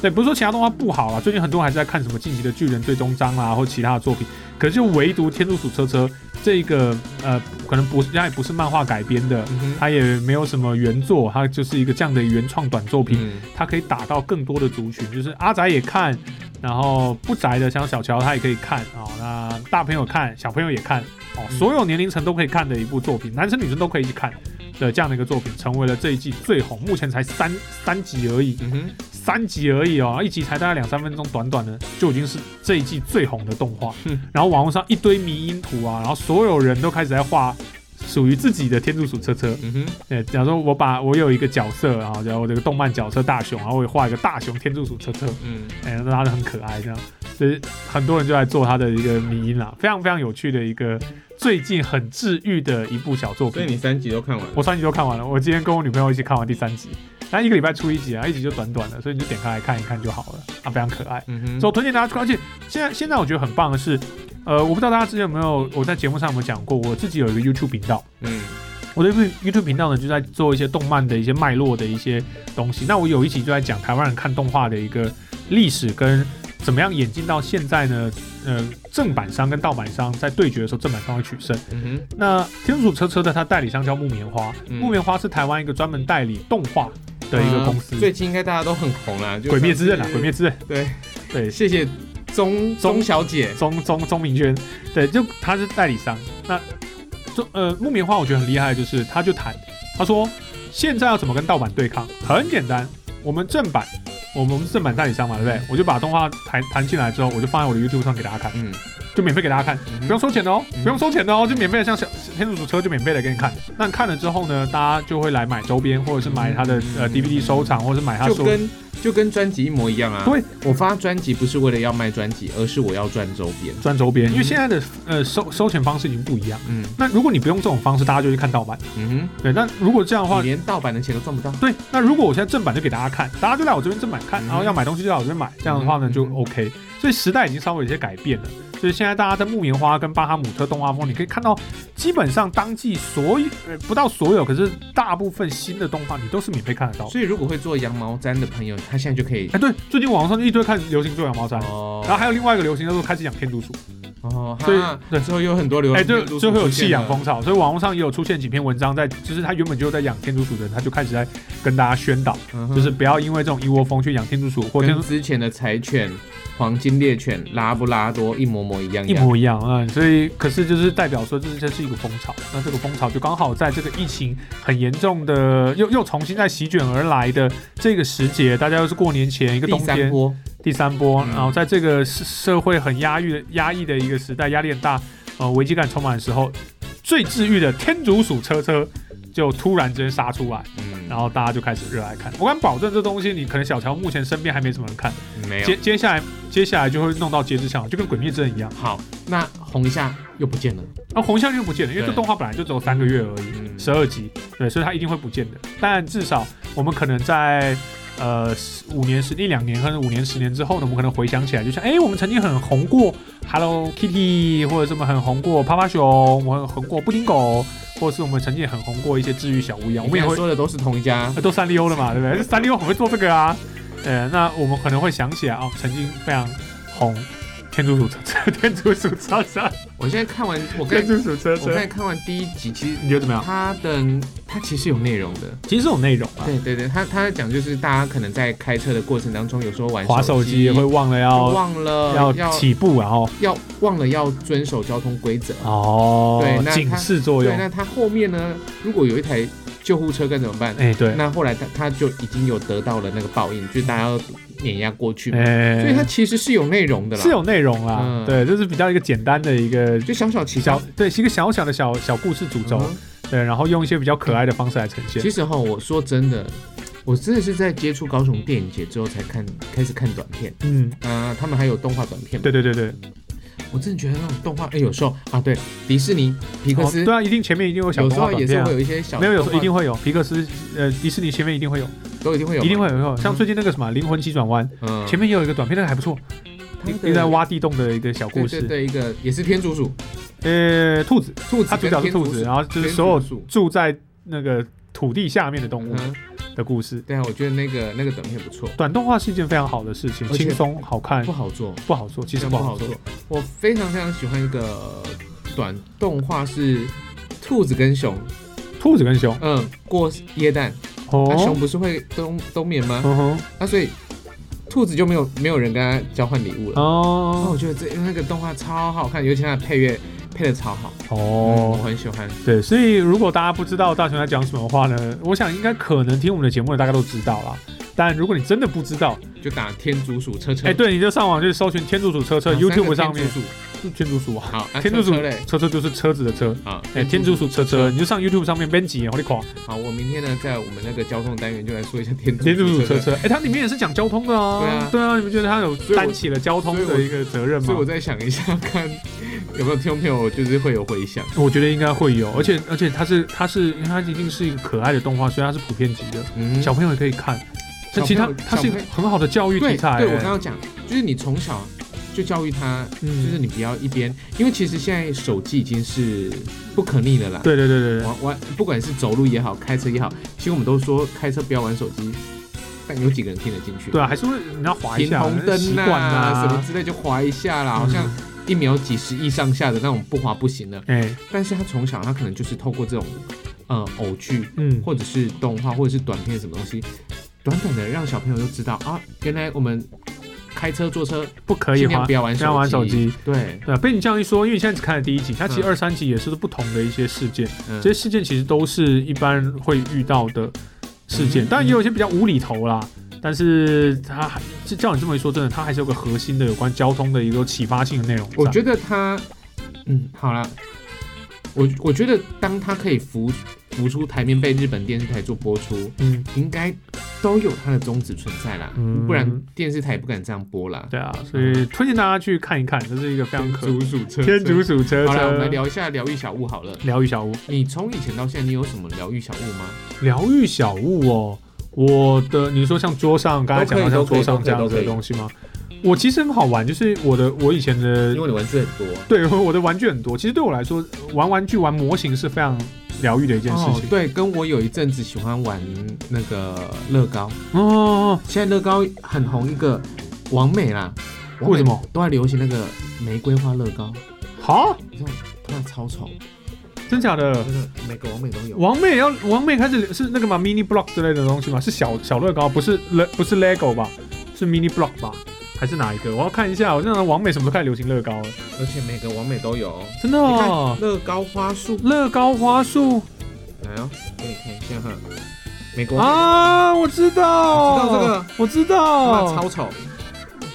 [SPEAKER 1] 对，不是说其他动画不好啊啦，最近很多人还是在看什么《进击的巨人》最终章啦，或其他的作品，可是就唯独《天竺鼠车车》这个呃，可能不是，它也不是漫画改编的，
[SPEAKER 2] 嗯哼，
[SPEAKER 1] 它也没有什么原作，它就是一个这样的原创短作品。
[SPEAKER 2] 嗯
[SPEAKER 1] 它可以打到更多的族群，就是阿宅也看，然后不宅的像小乔他也可以看啊、哦，那大朋友看，小朋友也看哦，
[SPEAKER 2] 嗯
[SPEAKER 1] 所有年龄层都可以看的一部作品，男生女生都可以去看的这样的一个作品，成为了这一季最红，目前才三三集而已，
[SPEAKER 2] 嗯哼，
[SPEAKER 1] 三集而已哦，一集才大概两三分钟，短短的就已经是这一季最红的动画
[SPEAKER 2] 嗯。
[SPEAKER 1] 然后网络上一堆迷因图啊，然后所有人都开始在画属于自己的天竺鼠车车。
[SPEAKER 2] 嗯哼，
[SPEAKER 1] 呃，假如说我把我有一个角色啊，然后我这个动漫角色大雄，然后我也画一个大雄天竺鼠车车，
[SPEAKER 2] 嗯，
[SPEAKER 1] 哎、那它就很可爱，这样，所以很多人就来做它的一个迷音啦，非常非常有趣的一个最近很治愈的一部小作
[SPEAKER 2] 所以
[SPEAKER 1] 品。
[SPEAKER 2] 你三集都看完了，
[SPEAKER 1] 我三集都看完了，我今天跟我女朋友一起看完第三集，那一个礼拜出一集啊，一集就短短的，所以你就点开来看一看就好了啊，非常可爱。
[SPEAKER 2] 嗯哼，
[SPEAKER 1] 所以我推荐大家去看。而且现在现在我觉得很棒的是，呃，我不知道大家之前有没有我在节目上有没有讲过，我自己有一个 YouTube 频道。
[SPEAKER 2] 嗯
[SPEAKER 1] 我的 YouTube- YouTube 频道呢，就在做一些动漫的一些脉络的一些东西。那我有一集就在讲台湾人看动画的一个历史跟怎么样演进到现在呢？呃，正版商跟盗版商在对决的时候，正版商会取胜。
[SPEAKER 2] 嗯哼，
[SPEAKER 1] 那天竺鼠车车的它代理商叫木棉花，
[SPEAKER 2] 嗯
[SPEAKER 1] 木棉花是台湾一个专门代理动画的一个公司。
[SPEAKER 2] 呃最近应该大家都很红啦，就
[SPEAKER 1] 鬼灭之刃》啊，《鬼
[SPEAKER 2] 灭，
[SPEAKER 1] 灭之刃》
[SPEAKER 2] 对
[SPEAKER 1] 对，
[SPEAKER 2] 谢谢钟钟小姐，
[SPEAKER 1] 钟钟钟明轩，对，就他是代理商。那钟呃木棉花，我觉得很厉害，就是他就谈，他说现在要怎么跟盗版对抗，很简单，我们正版，我们正版代理商嘛，对不对？我就把动画弹弹进来之后，我就放在我的 YouTube 上给大家看，
[SPEAKER 2] 嗯，
[SPEAKER 1] 就免费给大家看，
[SPEAKER 2] 嗯哼
[SPEAKER 1] 不用收钱的哦，
[SPEAKER 2] 嗯
[SPEAKER 1] 不用收钱的哦，就免费的，像小天竺鼠车就免费的给你看。那你看了之后呢，大家就会来买周边，或者是买他的呃 DVD 收藏，或者是买他
[SPEAKER 2] 就
[SPEAKER 1] 说
[SPEAKER 2] 跟就跟专辑一模一样啊。
[SPEAKER 1] 对，
[SPEAKER 2] 我发专辑不是为了要卖专辑，而是我要赚周边。
[SPEAKER 1] 赚周边，因为现在的呃收收钱方式已经不一样。
[SPEAKER 2] 嗯
[SPEAKER 1] 那如果你不用这种方式，大家就去看盗版。
[SPEAKER 2] 嗯
[SPEAKER 1] 对，那如果这样的
[SPEAKER 2] 哼，
[SPEAKER 1] 话
[SPEAKER 2] 你，连盗版的钱都赚不到。
[SPEAKER 1] 对，那如果我现在正版就给大家看，大家就来我这边正版看，
[SPEAKER 2] 嗯
[SPEAKER 1] 然后要买东西就来我这边买，这样的话呢
[SPEAKER 2] 嗯
[SPEAKER 1] 就
[SPEAKER 2] 嗯
[SPEAKER 1] OK。所以时代已经稍微有些改变了，所以现在大家在木棉花跟巴哈姆特动画风，你可以看到，基本上当季所有呃不到所有，可是大部分新的动画你都是免费看得到。
[SPEAKER 2] 所以如果会做羊毛毡的朋友，他现在就可以
[SPEAKER 1] 哎，对，最近网上就一堆看流行做羊毛毡。
[SPEAKER 2] 哦
[SPEAKER 1] 然后还有另外一个流行叫做开始养天竺鼠，
[SPEAKER 2] 哦，
[SPEAKER 1] 所以
[SPEAKER 2] 哈
[SPEAKER 1] 对
[SPEAKER 2] 之后有很多流
[SPEAKER 1] 哎，就
[SPEAKER 2] 流
[SPEAKER 1] 就会有
[SPEAKER 2] 出现
[SPEAKER 1] 弃养
[SPEAKER 2] 了
[SPEAKER 1] 风潮，所以网络上也有出现几篇文章在，就是他原本就在养天竺鼠的人，他就开始在跟大家宣导，
[SPEAKER 2] 嗯哼
[SPEAKER 1] 就是不要因为这种一窝蜂去养天竺鼠或天
[SPEAKER 2] 跟
[SPEAKER 1] 竺
[SPEAKER 2] 之前的柴犬、黄金猎犬、拉布拉多一模模一样
[SPEAKER 1] 一模一样啊、嗯所以可是就是代表说这这是一个风潮，那这个风潮就刚好在这个疫情很严重的又又重新再席卷而来的这个时节，大家又是过年前一个
[SPEAKER 2] 第
[SPEAKER 1] 冬
[SPEAKER 2] 三
[SPEAKER 1] 天
[SPEAKER 2] 波，
[SPEAKER 1] 第三波，
[SPEAKER 2] 嗯
[SPEAKER 1] 然后在这个社社会很压抑的压抑的一个时代，压力很大，呃，危机感充满的时候，最治愈的天竺鼠车车就突然之间杀出来，
[SPEAKER 2] 嗯，
[SPEAKER 1] 然后大家就开始热爱看。我敢保证这东西，你可能小乔目前身边还没什么人看，
[SPEAKER 2] 嗯没有
[SPEAKER 1] 接接下来接下来就会弄到截肢项，就跟鬼灭之刃一样。
[SPEAKER 2] 好，那红一下又不见了，
[SPEAKER 1] 那红象就不见了，因为这
[SPEAKER 2] 对
[SPEAKER 1] 动画本来就只有三个月而已，
[SPEAKER 2] 嗯
[SPEAKER 1] 十二集，对，所以它一定会不见的。但至少我们可能在呃十五年十一两年，或者五年十年之后呢，我们可能回想起来，就像哎、诶我们曾经很红过 Hello Kitty，或者是我们很红过趴趴熊，我们很红过布丁狗，或者是我们曾经也很红过一些治愈小屋一样，我
[SPEAKER 2] 我
[SPEAKER 1] 们也
[SPEAKER 2] 们
[SPEAKER 1] 会
[SPEAKER 2] 说的都是同一家，
[SPEAKER 1] 呃都三溜了嘛，对不对？三溜很会做这个啊。呃，那我们可能会想起来哦，曾经非常红天竺鼠车车，天竺鼠车车，
[SPEAKER 2] 我现在看完，我刚
[SPEAKER 1] 天竺鼠车
[SPEAKER 2] 我刚
[SPEAKER 1] 车
[SPEAKER 2] 才，看完第一集，其实
[SPEAKER 1] 你觉得怎么样？
[SPEAKER 2] 它的它其实有内容的。
[SPEAKER 1] 其实有内容啊，
[SPEAKER 2] 对对对，它它在讲就是大家可能在开车的过程当中，有时候玩
[SPEAKER 1] 滑手机也
[SPEAKER 2] 机
[SPEAKER 1] 会忘了要
[SPEAKER 2] 忘了
[SPEAKER 1] 要
[SPEAKER 2] 要
[SPEAKER 1] 起步，啊哦然后
[SPEAKER 2] 要忘了要遵守交通规则。
[SPEAKER 1] 哦
[SPEAKER 2] 对，那
[SPEAKER 1] 警
[SPEAKER 2] 它
[SPEAKER 1] 示作用
[SPEAKER 2] 对，，那它后面呢？如果有一台救护车该怎么办？
[SPEAKER 1] 哎，对，
[SPEAKER 2] 那后来他他就已经有得到了那个报应，就是大家要碾压过去嘛，
[SPEAKER 1] 哎，
[SPEAKER 2] 所以它其实是有内容的啦，
[SPEAKER 1] 是有内容啦，
[SPEAKER 2] 嗯
[SPEAKER 1] 对，这是比较一个简单的一个
[SPEAKER 2] 就小小其
[SPEAKER 1] 小，对，是一个小小的小小故事主轴，对，然后用一些比较可爱的方式来呈现
[SPEAKER 2] 其。实哈，我说真的，我真的是在接触高雄电影节之后才看开始看短片，
[SPEAKER 1] 嗯，
[SPEAKER 2] 呃，他们还有动画短片嘛，
[SPEAKER 1] 对对对对，
[SPEAKER 2] 我真的觉得那种动画，哎，有时候啊，对，迪士尼皮克
[SPEAKER 1] 哦
[SPEAKER 2] 斯、
[SPEAKER 1] 对啊，一定前面一定有小
[SPEAKER 2] 有
[SPEAKER 1] 动
[SPEAKER 2] 时
[SPEAKER 1] 画
[SPEAKER 2] 候
[SPEAKER 1] 短
[SPEAKER 2] 也是
[SPEAKER 1] 片啊
[SPEAKER 2] 会。有一些小
[SPEAKER 1] 没有，有时
[SPEAKER 2] 动
[SPEAKER 1] 候
[SPEAKER 2] 画
[SPEAKER 1] 一定会有皮克斯，呃，迪士尼前面一定会有，
[SPEAKER 2] 都一定会有嘛，
[SPEAKER 1] 一定会有，一定会有。像
[SPEAKER 2] 嗯
[SPEAKER 1] 最近那个什么《灵魂急转弯》，
[SPEAKER 2] 嗯，
[SPEAKER 1] 前面也有一个短片，那个还不错，
[SPEAKER 2] 他们
[SPEAKER 1] 一个在
[SPEAKER 2] 的
[SPEAKER 1] 挖地洞的一个小故
[SPEAKER 2] 对对
[SPEAKER 1] 事。
[SPEAKER 2] 对，一个也是天竺鼠，
[SPEAKER 1] 呃，兔子，
[SPEAKER 2] 兔
[SPEAKER 1] 它
[SPEAKER 2] 子
[SPEAKER 1] 主
[SPEAKER 2] 跟
[SPEAKER 1] 角是
[SPEAKER 2] 天
[SPEAKER 1] 兔
[SPEAKER 2] 竺
[SPEAKER 1] 子，
[SPEAKER 2] 鼠，
[SPEAKER 1] 然后就是
[SPEAKER 2] 天
[SPEAKER 1] 所有
[SPEAKER 2] 竺鼠
[SPEAKER 1] 住在那个土地下面的动物
[SPEAKER 2] 嗯，
[SPEAKER 1] 的故事。
[SPEAKER 2] 对啊，我觉得那个那个短片不错，
[SPEAKER 1] 短动画是一件非常好的事情，
[SPEAKER 2] 而且
[SPEAKER 1] 轻松好看
[SPEAKER 2] 不，好做。
[SPEAKER 1] 不好嗯做，其实
[SPEAKER 2] 不
[SPEAKER 1] 不
[SPEAKER 2] 好
[SPEAKER 1] 好做
[SPEAKER 2] 做。。我非常非常喜欢一个短动画是兔子跟熊，
[SPEAKER 1] 兔子跟熊，
[SPEAKER 2] 嗯，过椰蛋，那、
[SPEAKER 1] 哦
[SPEAKER 2] 熊，不是会冬冬眠吗？
[SPEAKER 1] 嗯哼，
[SPEAKER 2] 那、所以兔子就没有没有人跟它交换礼物了。然后
[SPEAKER 1] 哦，
[SPEAKER 2] 我觉得这那个动画超好看，尤其它的配乐配的超好，嗯，我
[SPEAKER 1] 哦。
[SPEAKER 2] 很喜欢。
[SPEAKER 1] 对，所以如果大家不知道大雄在讲什么的话呢，我想应该可能听我们的节目的大概都知道啦。但如果你真的不知道，
[SPEAKER 2] 就打天竺鼠车车，
[SPEAKER 1] 哎、对，你就上网去搜寻天竺鼠车车、
[SPEAKER 2] 啊
[SPEAKER 1] y o u t u b
[SPEAKER 2] 三
[SPEAKER 1] e
[SPEAKER 2] 个
[SPEAKER 1] 上
[SPEAKER 2] 天
[SPEAKER 1] 面
[SPEAKER 2] 竺鼠
[SPEAKER 1] 是天竺鼠啊，
[SPEAKER 2] 好，
[SPEAKER 1] (laughs)
[SPEAKER 2] 啊
[SPEAKER 1] 天竺鼠
[SPEAKER 2] 车车嘞，
[SPEAKER 1] 车车就是车子的车，
[SPEAKER 2] 啊，
[SPEAKER 1] 哎、天竺。鼠车车，你就上 YouTube 上面编辑，我的狂，
[SPEAKER 2] 好，我明天呢，在我们那个交通单元就来说一下天竺
[SPEAKER 1] 天竺鼠
[SPEAKER 2] 车
[SPEAKER 1] 车车，哎、它里面也是讲交通的啊，
[SPEAKER 2] 对啊
[SPEAKER 1] 你们觉得它有
[SPEAKER 2] 以我
[SPEAKER 1] 担起了交通
[SPEAKER 2] 所
[SPEAKER 1] 的
[SPEAKER 2] 以我
[SPEAKER 1] 一个责任吗
[SPEAKER 2] (laughs) 所以？我在想一下，看有没有听众朋友就是会有回响。
[SPEAKER 1] 我觉得应该会有，而且而且它是它是因为它一定是一个可爱的动画，所以它是普遍级的，
[SPEAKER 2] 嗯
[SPEAKER 1] 小朋友也可以看。但其实它
[SPEAKER 2] 小朋友
[SPEAKER 1] 它是一个
[SPEAKER 2] 小
[SPEAKER 1] 很好的教育
[SPEAKER 2] 对
[SPEAKER 1] 题材、
[SPEAKER 2] 对，我刚
[SPEAKER 1] 哎
[SPEAKER 2] 刚讲，就是你从小就教育他，就
[SPEAKER 1] 嗯
[SPEAKER 2] 是，你不要一边，因为其实现在手机已经是不可逆的啦。
[SPEAKER 1] 对对对对对，
[SPEAKER 2] 玩玩，不管是走路也好，开车也好，其实我们都说开车不要玩手机，但有几个人听得进去？
[SPEAKER 1] 对啊，还是会你要划一
[SPEAKER 2] 停
[SPEAKER 1] 下
[SPEAKER 2] 红
[SPEAKER 1] 习
[SPEAKER 2] 灯
[SPEAKER 1] 惯
[SPEAKER 2] 啊，
[SPEAKER 1] 啊
[SPEAKER 2] 什么之类就划一下啦，好像
[SPEAKER 1] 嗯
[SPEAKER 2] 一秒几十亿上下的那种不划不行的。
[SPEAKER 1] 哎、
[SPEAKER 2] 但是他从小他可能就是透过这种，呃，偶剧
[SPEAKER 1] 嗯，
[SPEAKER 2] 或者是动画，或者是短片什么东西，短短的让小朋友就知道啊，原来我们开车坐车
[SPEAKER 1] 不可以
[SPEAKER 2] 尽
[SPEAKER 1] 划
[SPEAKER 2] 量不要玩
[SPEAKER 1] 不
[SPEAKER 2] 手
[SPEAKER 1] 要
[SPEAKER 2] 机，
[SPEAKER 1] 玩手机。
[SPEAKER 2] 对，
[SPEAKER 1] 对啊，被你这样一说，因为你现在只看了第一集，它其实
[SPEAKER 2] 嗯
[SPEAKER 1] 二三集也是不同的一些事件，
[SPEAKER 2] 嗯
[SPEAKER 1] 这些事件其实都是一般会遇到的事件，
[SPEAKER 2] 嗯
[SPEAKER 1] 当然也有一些比较无厘头啦。但是它还，这照你这么一说，真的，它还是有个核心的有关交通的一个启发性的内容在。
[SPEAKER 2] 我觉得他，嗯，好啦，我我觉得当他可以浮浮出台面被日本电视台做播出，
[SPEAKER 1] 嗯，
[SPEAKER 2] 应该都有他的宗旨存在啦，
[SPEAKER 1] 嗯
[SPEAKER 2] 不然电视台也不敢这样播啦。
[SPEAKER 1] 对啊，所以推荐大家去看一看，这是一个非常可
[SPEAKER 2] 嗯天竺鼠车，
[SPEAKER 1] 天竺。鼠车
[SPEAKER 2] 好了，我们来
[SPEAKER 1] 车。
[SPEAKER 2] 聊一下疗愈小物好了。
[SPEAKER 1] 疗愈小屋，
[SPEAKER 2] 你从以前到现在，你有什么疗愈小物吗？
[SPEAKER 1] 疗愈小物哦。我的，你说像桌上，刚才讲到像
[SPEAKER 2] 都可
[SPEAKER 1] 桌
[SPEAKER 2] 以
[SPEAKER 1] 上这样
[SPEAKER 2] 都
[SPEAKER 1] 子
[SPEAKER 2] 可以都可以
[SPEAKER 1] 的东西吗？我其实很好玩，就是我的，我以前的 (laughs)
[SPEAKER 2] 因为你玩具很多，
[SPEAKER 1] 对，我的玩具很多。其实对我来说，玩玩具、玩模型是非常疗愈的一件事
[SPEAKER 2] 哦
[SPEAKER 1] 情。，
[SPEAKER 2] 对，跟我有一阵子喜欢玩那个乐高，
[SPEAKER 1] 哦哦，
[SPEAKER 2] 现在乐高很红一个王美啦，王美
[SPEAKER 1] 为什么？
[SPEAKER 2] 都在流行那个玫瑰花乐高？
[SPEAKER 1] 好，
[SPEAKER 2] 你知道那超丑，
[SPEAKER 1] 真假的？
[SPEAKER 2] 真的每个王美都有。
[SPEAKER 1] 王妹要王妹开始是那个嘛 mini block 之类的东西嘛？是小小乐高，不是 le 不是 lego 吧？是 mini block 吧？还是哪一个？我要看一下。我那王美什么时候开始流行乐高了？
[SPEAKER 2] 而且每个王美都有。
[SPEAKER 1] 真的
[SPEAKER 2] 你
[SPEAKER 1] 哦
[SPEAKER 2] 看，乐高花束，
[SPEAKER 1] 乐高花束
[SPEAKER 2] 来哦，给你看一下哈，美国王
[SPEAKER 1] 啊，我知道，
[SPEAKER 2] 你知道这个，啊
[SPEAKER 1] 我知
[SPEAKER 2] 美
[SPEAKER 1] 道。
[SPEAKER 2] 哇超丑，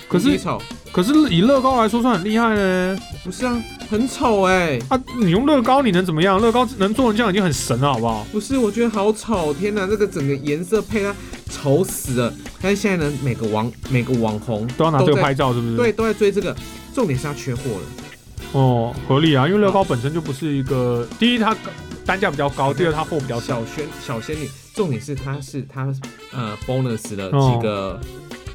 [SPEAKER 1] 可
[SPEAKER 2] 无敌
[SPEAKER 1] 是
[SPEAKER 2] 丑
[SPEAKER 1] 可是以乐高来说算很厉害嘞。
[SPEAKER 2] 不是啊，很丑哎，
[SPEAKER 1] 啊，你用乐高你能怎么样？乐高能做成这样已经很神了，好不好？
[SPEAKER 2] 不是，我觉得好丑，天哪，这个整个颜色配它丑死了。但是现在呢，每个网每个网红
[SPEAKER 1] 都要拿这个
[SPEAKER 2] 在
[SPEAKER 1] 拍照，是不是？
[SPEAKER 2] 对，都在追这个，重点是它缺货了，
[SPEAKER 1] 哦，合理啊，因为乐高本身就不是一个，第一它单价比较高，第
[SPEAKER 2] 对
[SPEAKER 1] 二它货比较少。
[SPEAKER 2] 小仙小仙女，重点是他是他呃 bonus 了几个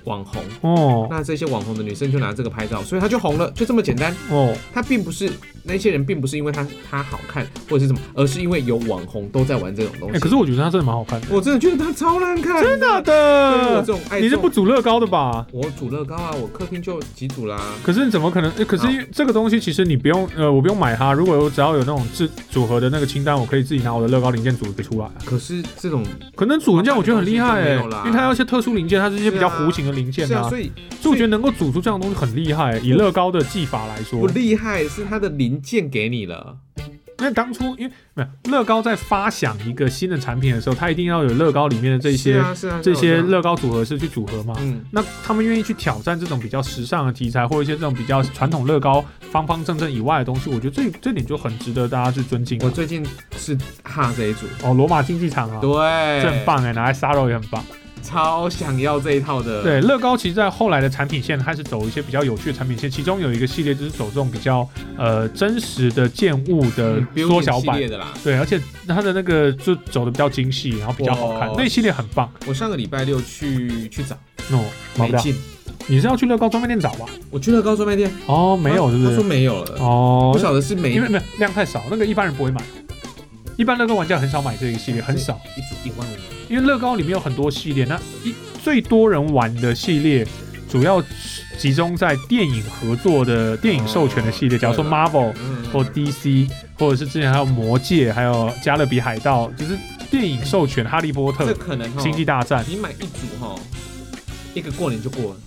[SPEAKER 2] 网红，
[SPEAKER 1] 哦
[SPEAKER 2] 那这些网红的女生就拿这个拍照，所以他就红了，就这么简单。
[SPEAKER 1] 哦，
[SPEAKER 2] 他并不是那些人，并不是因为他他好看或者是什么，而是因为有网红都在玩这种东
[SPEAKER 1] 哎、
[SPEAKER 2] 西。
[SPEAKER 1] 可是我觉得他真的蛮好看的，
[SPEAKER 2] 我真的觉得他超难看，真
[SPEAKER 1] 真
[SPEAKER 2] 我这
[SPEAKER 1] 的，
[SPEAKER 2] 种爱
[SPEAKER 1] 你是
[SPEAKER 2] 这种
[SPEAKER 1] 不煮乐高的吧？
[SPEAKER 2] 我煮乐高啊，我客厅就几组啦。
[SPEAKER 1] 可是你怎么可能？欸、可是因
[SPEAKER 2] 啊
[SPEAKER 1] 为这个东西其实你不用，呃，我不用买它。如果有只要有那种制组合的那个清单，我可以自己拿我的乐高零件组一个出来啊。
[SPEAKER 2] 可是这种
[SPEAKER 1] 可能组人家我觉得很厉害、
[SPEAKER 2] 没
[SPEAKER 1] 欸，
[SPEAKER 2] 有啦
[SPEAKER 1] 因为它要一些特殊零件，它是一些比较
[SPEAKER 2] 是啊
[SPEAKER 1] 弧形的零件
[SPEAKER 2] 是
[SPEAKER 1] 啊，
[SPEAKER 2] 啊，所以
[SPEAKER 1] 所以我觉得能够组出这样的东西很厉害、以乐高的技法来说
[SPEAKER 2] 不，厉害是他的零件给你了，
[SPEAKER 1] 因为当初因为没有乐高在发想一个新的产品的时候，它一定要有乐高里面的这
[SPEAKER 2] 是
[SPEAKER 1] 些、
[SPEAKER 2] 啊是啊
[SPEAKER 1] 这些
[SPEAKER 2] 是啊是啊
[SPEAKER 1] 乐高组合式去组合嘛。
[SPEAKER 2] 嗯
[SPEAKER 1] 那他们愿意去挑战这种比较时尚的题材，或者一些这种比较传统乐高方方正正以外的东西，我觉得这这点就很值得大家去尊敬啊、
[SPEAKER 2] 我最近是哈这一组，
[SPEAKER 1] 哦，罗马竞技场啊，
[SPEAKER 2] 对，
[SPEAKER 1] 这很，棒哎、拿来杀肉也很棒。
[SPEAKER 2] 超想要这一套的，
[SPEAKER 1] 对，乐高其实在后来的产品线开始走一些比较有趣的产品线，其中有一个系列就是走这种比较呃真实的建物的
[SPEAKER 2] 嗯
[SPEAKER 1] 缩小
[SPEAKER 2] Building 系
[SPEAKER 1] 版
[SPEAKER 2] 列。的啦。
[SPEAKER 1] 对，而且它的那个就走的比较精细，然后比较好看，
[SPEAKER 2] 哇
[SPEAKER 1] 那一系列很棒。
[SPEAKER 2] 我上个礼拜六去去找，
[SPEAKER 1] 哦，毛
[SPEAKER 2] 没
[SPEAKER 1] 不了，
[SPEAKER 2] 进，
[SPEAKER 1] 你是要去乐高专卖店找吧？
[SPEAKER 2] 我去乐高专卖店，
[SPEAKER 1] 哦，没有，
[SPEAKER 2] 他
[SPEAKER 1] 是不
[SPEAKER 2] 他说
[SPEAKER 1] 是？
[SPEAKER 2] 没有了，
[SPEAKER 1] 哦
[SPEAKER 2] 不，晓啊得是没
[SPEAKER 1] 因为没有量太少，那个一般人不会买。一般乐高玩家很少买这个系列，很少，
[SPEAKER 2] 一组一万五，
[SPEAKER 1] 因为乐高里面有很多系列，那一最多人玩的系列主要集中在电影合作的电影授权的系列，
[SPEAKER 2] 哦
[SPEAKER 1] 假如说
[SPEAKER 2] 对
[SPEAKER 1] Marvel
[SPEAKER 2] 嗯
[SPEAKER 1] 或 DC，或者是之前还有魔戒，还有加勒比海盗，就是电影授权哈利波
[SPEAKER 2] 这
[SPEAKER 1] 特、
[SPEAKER 2] 可能哈，哦
[SPEAKER 1] 星际大战。
[SPEAKER 2] 你买一组哈，一个过年就过了，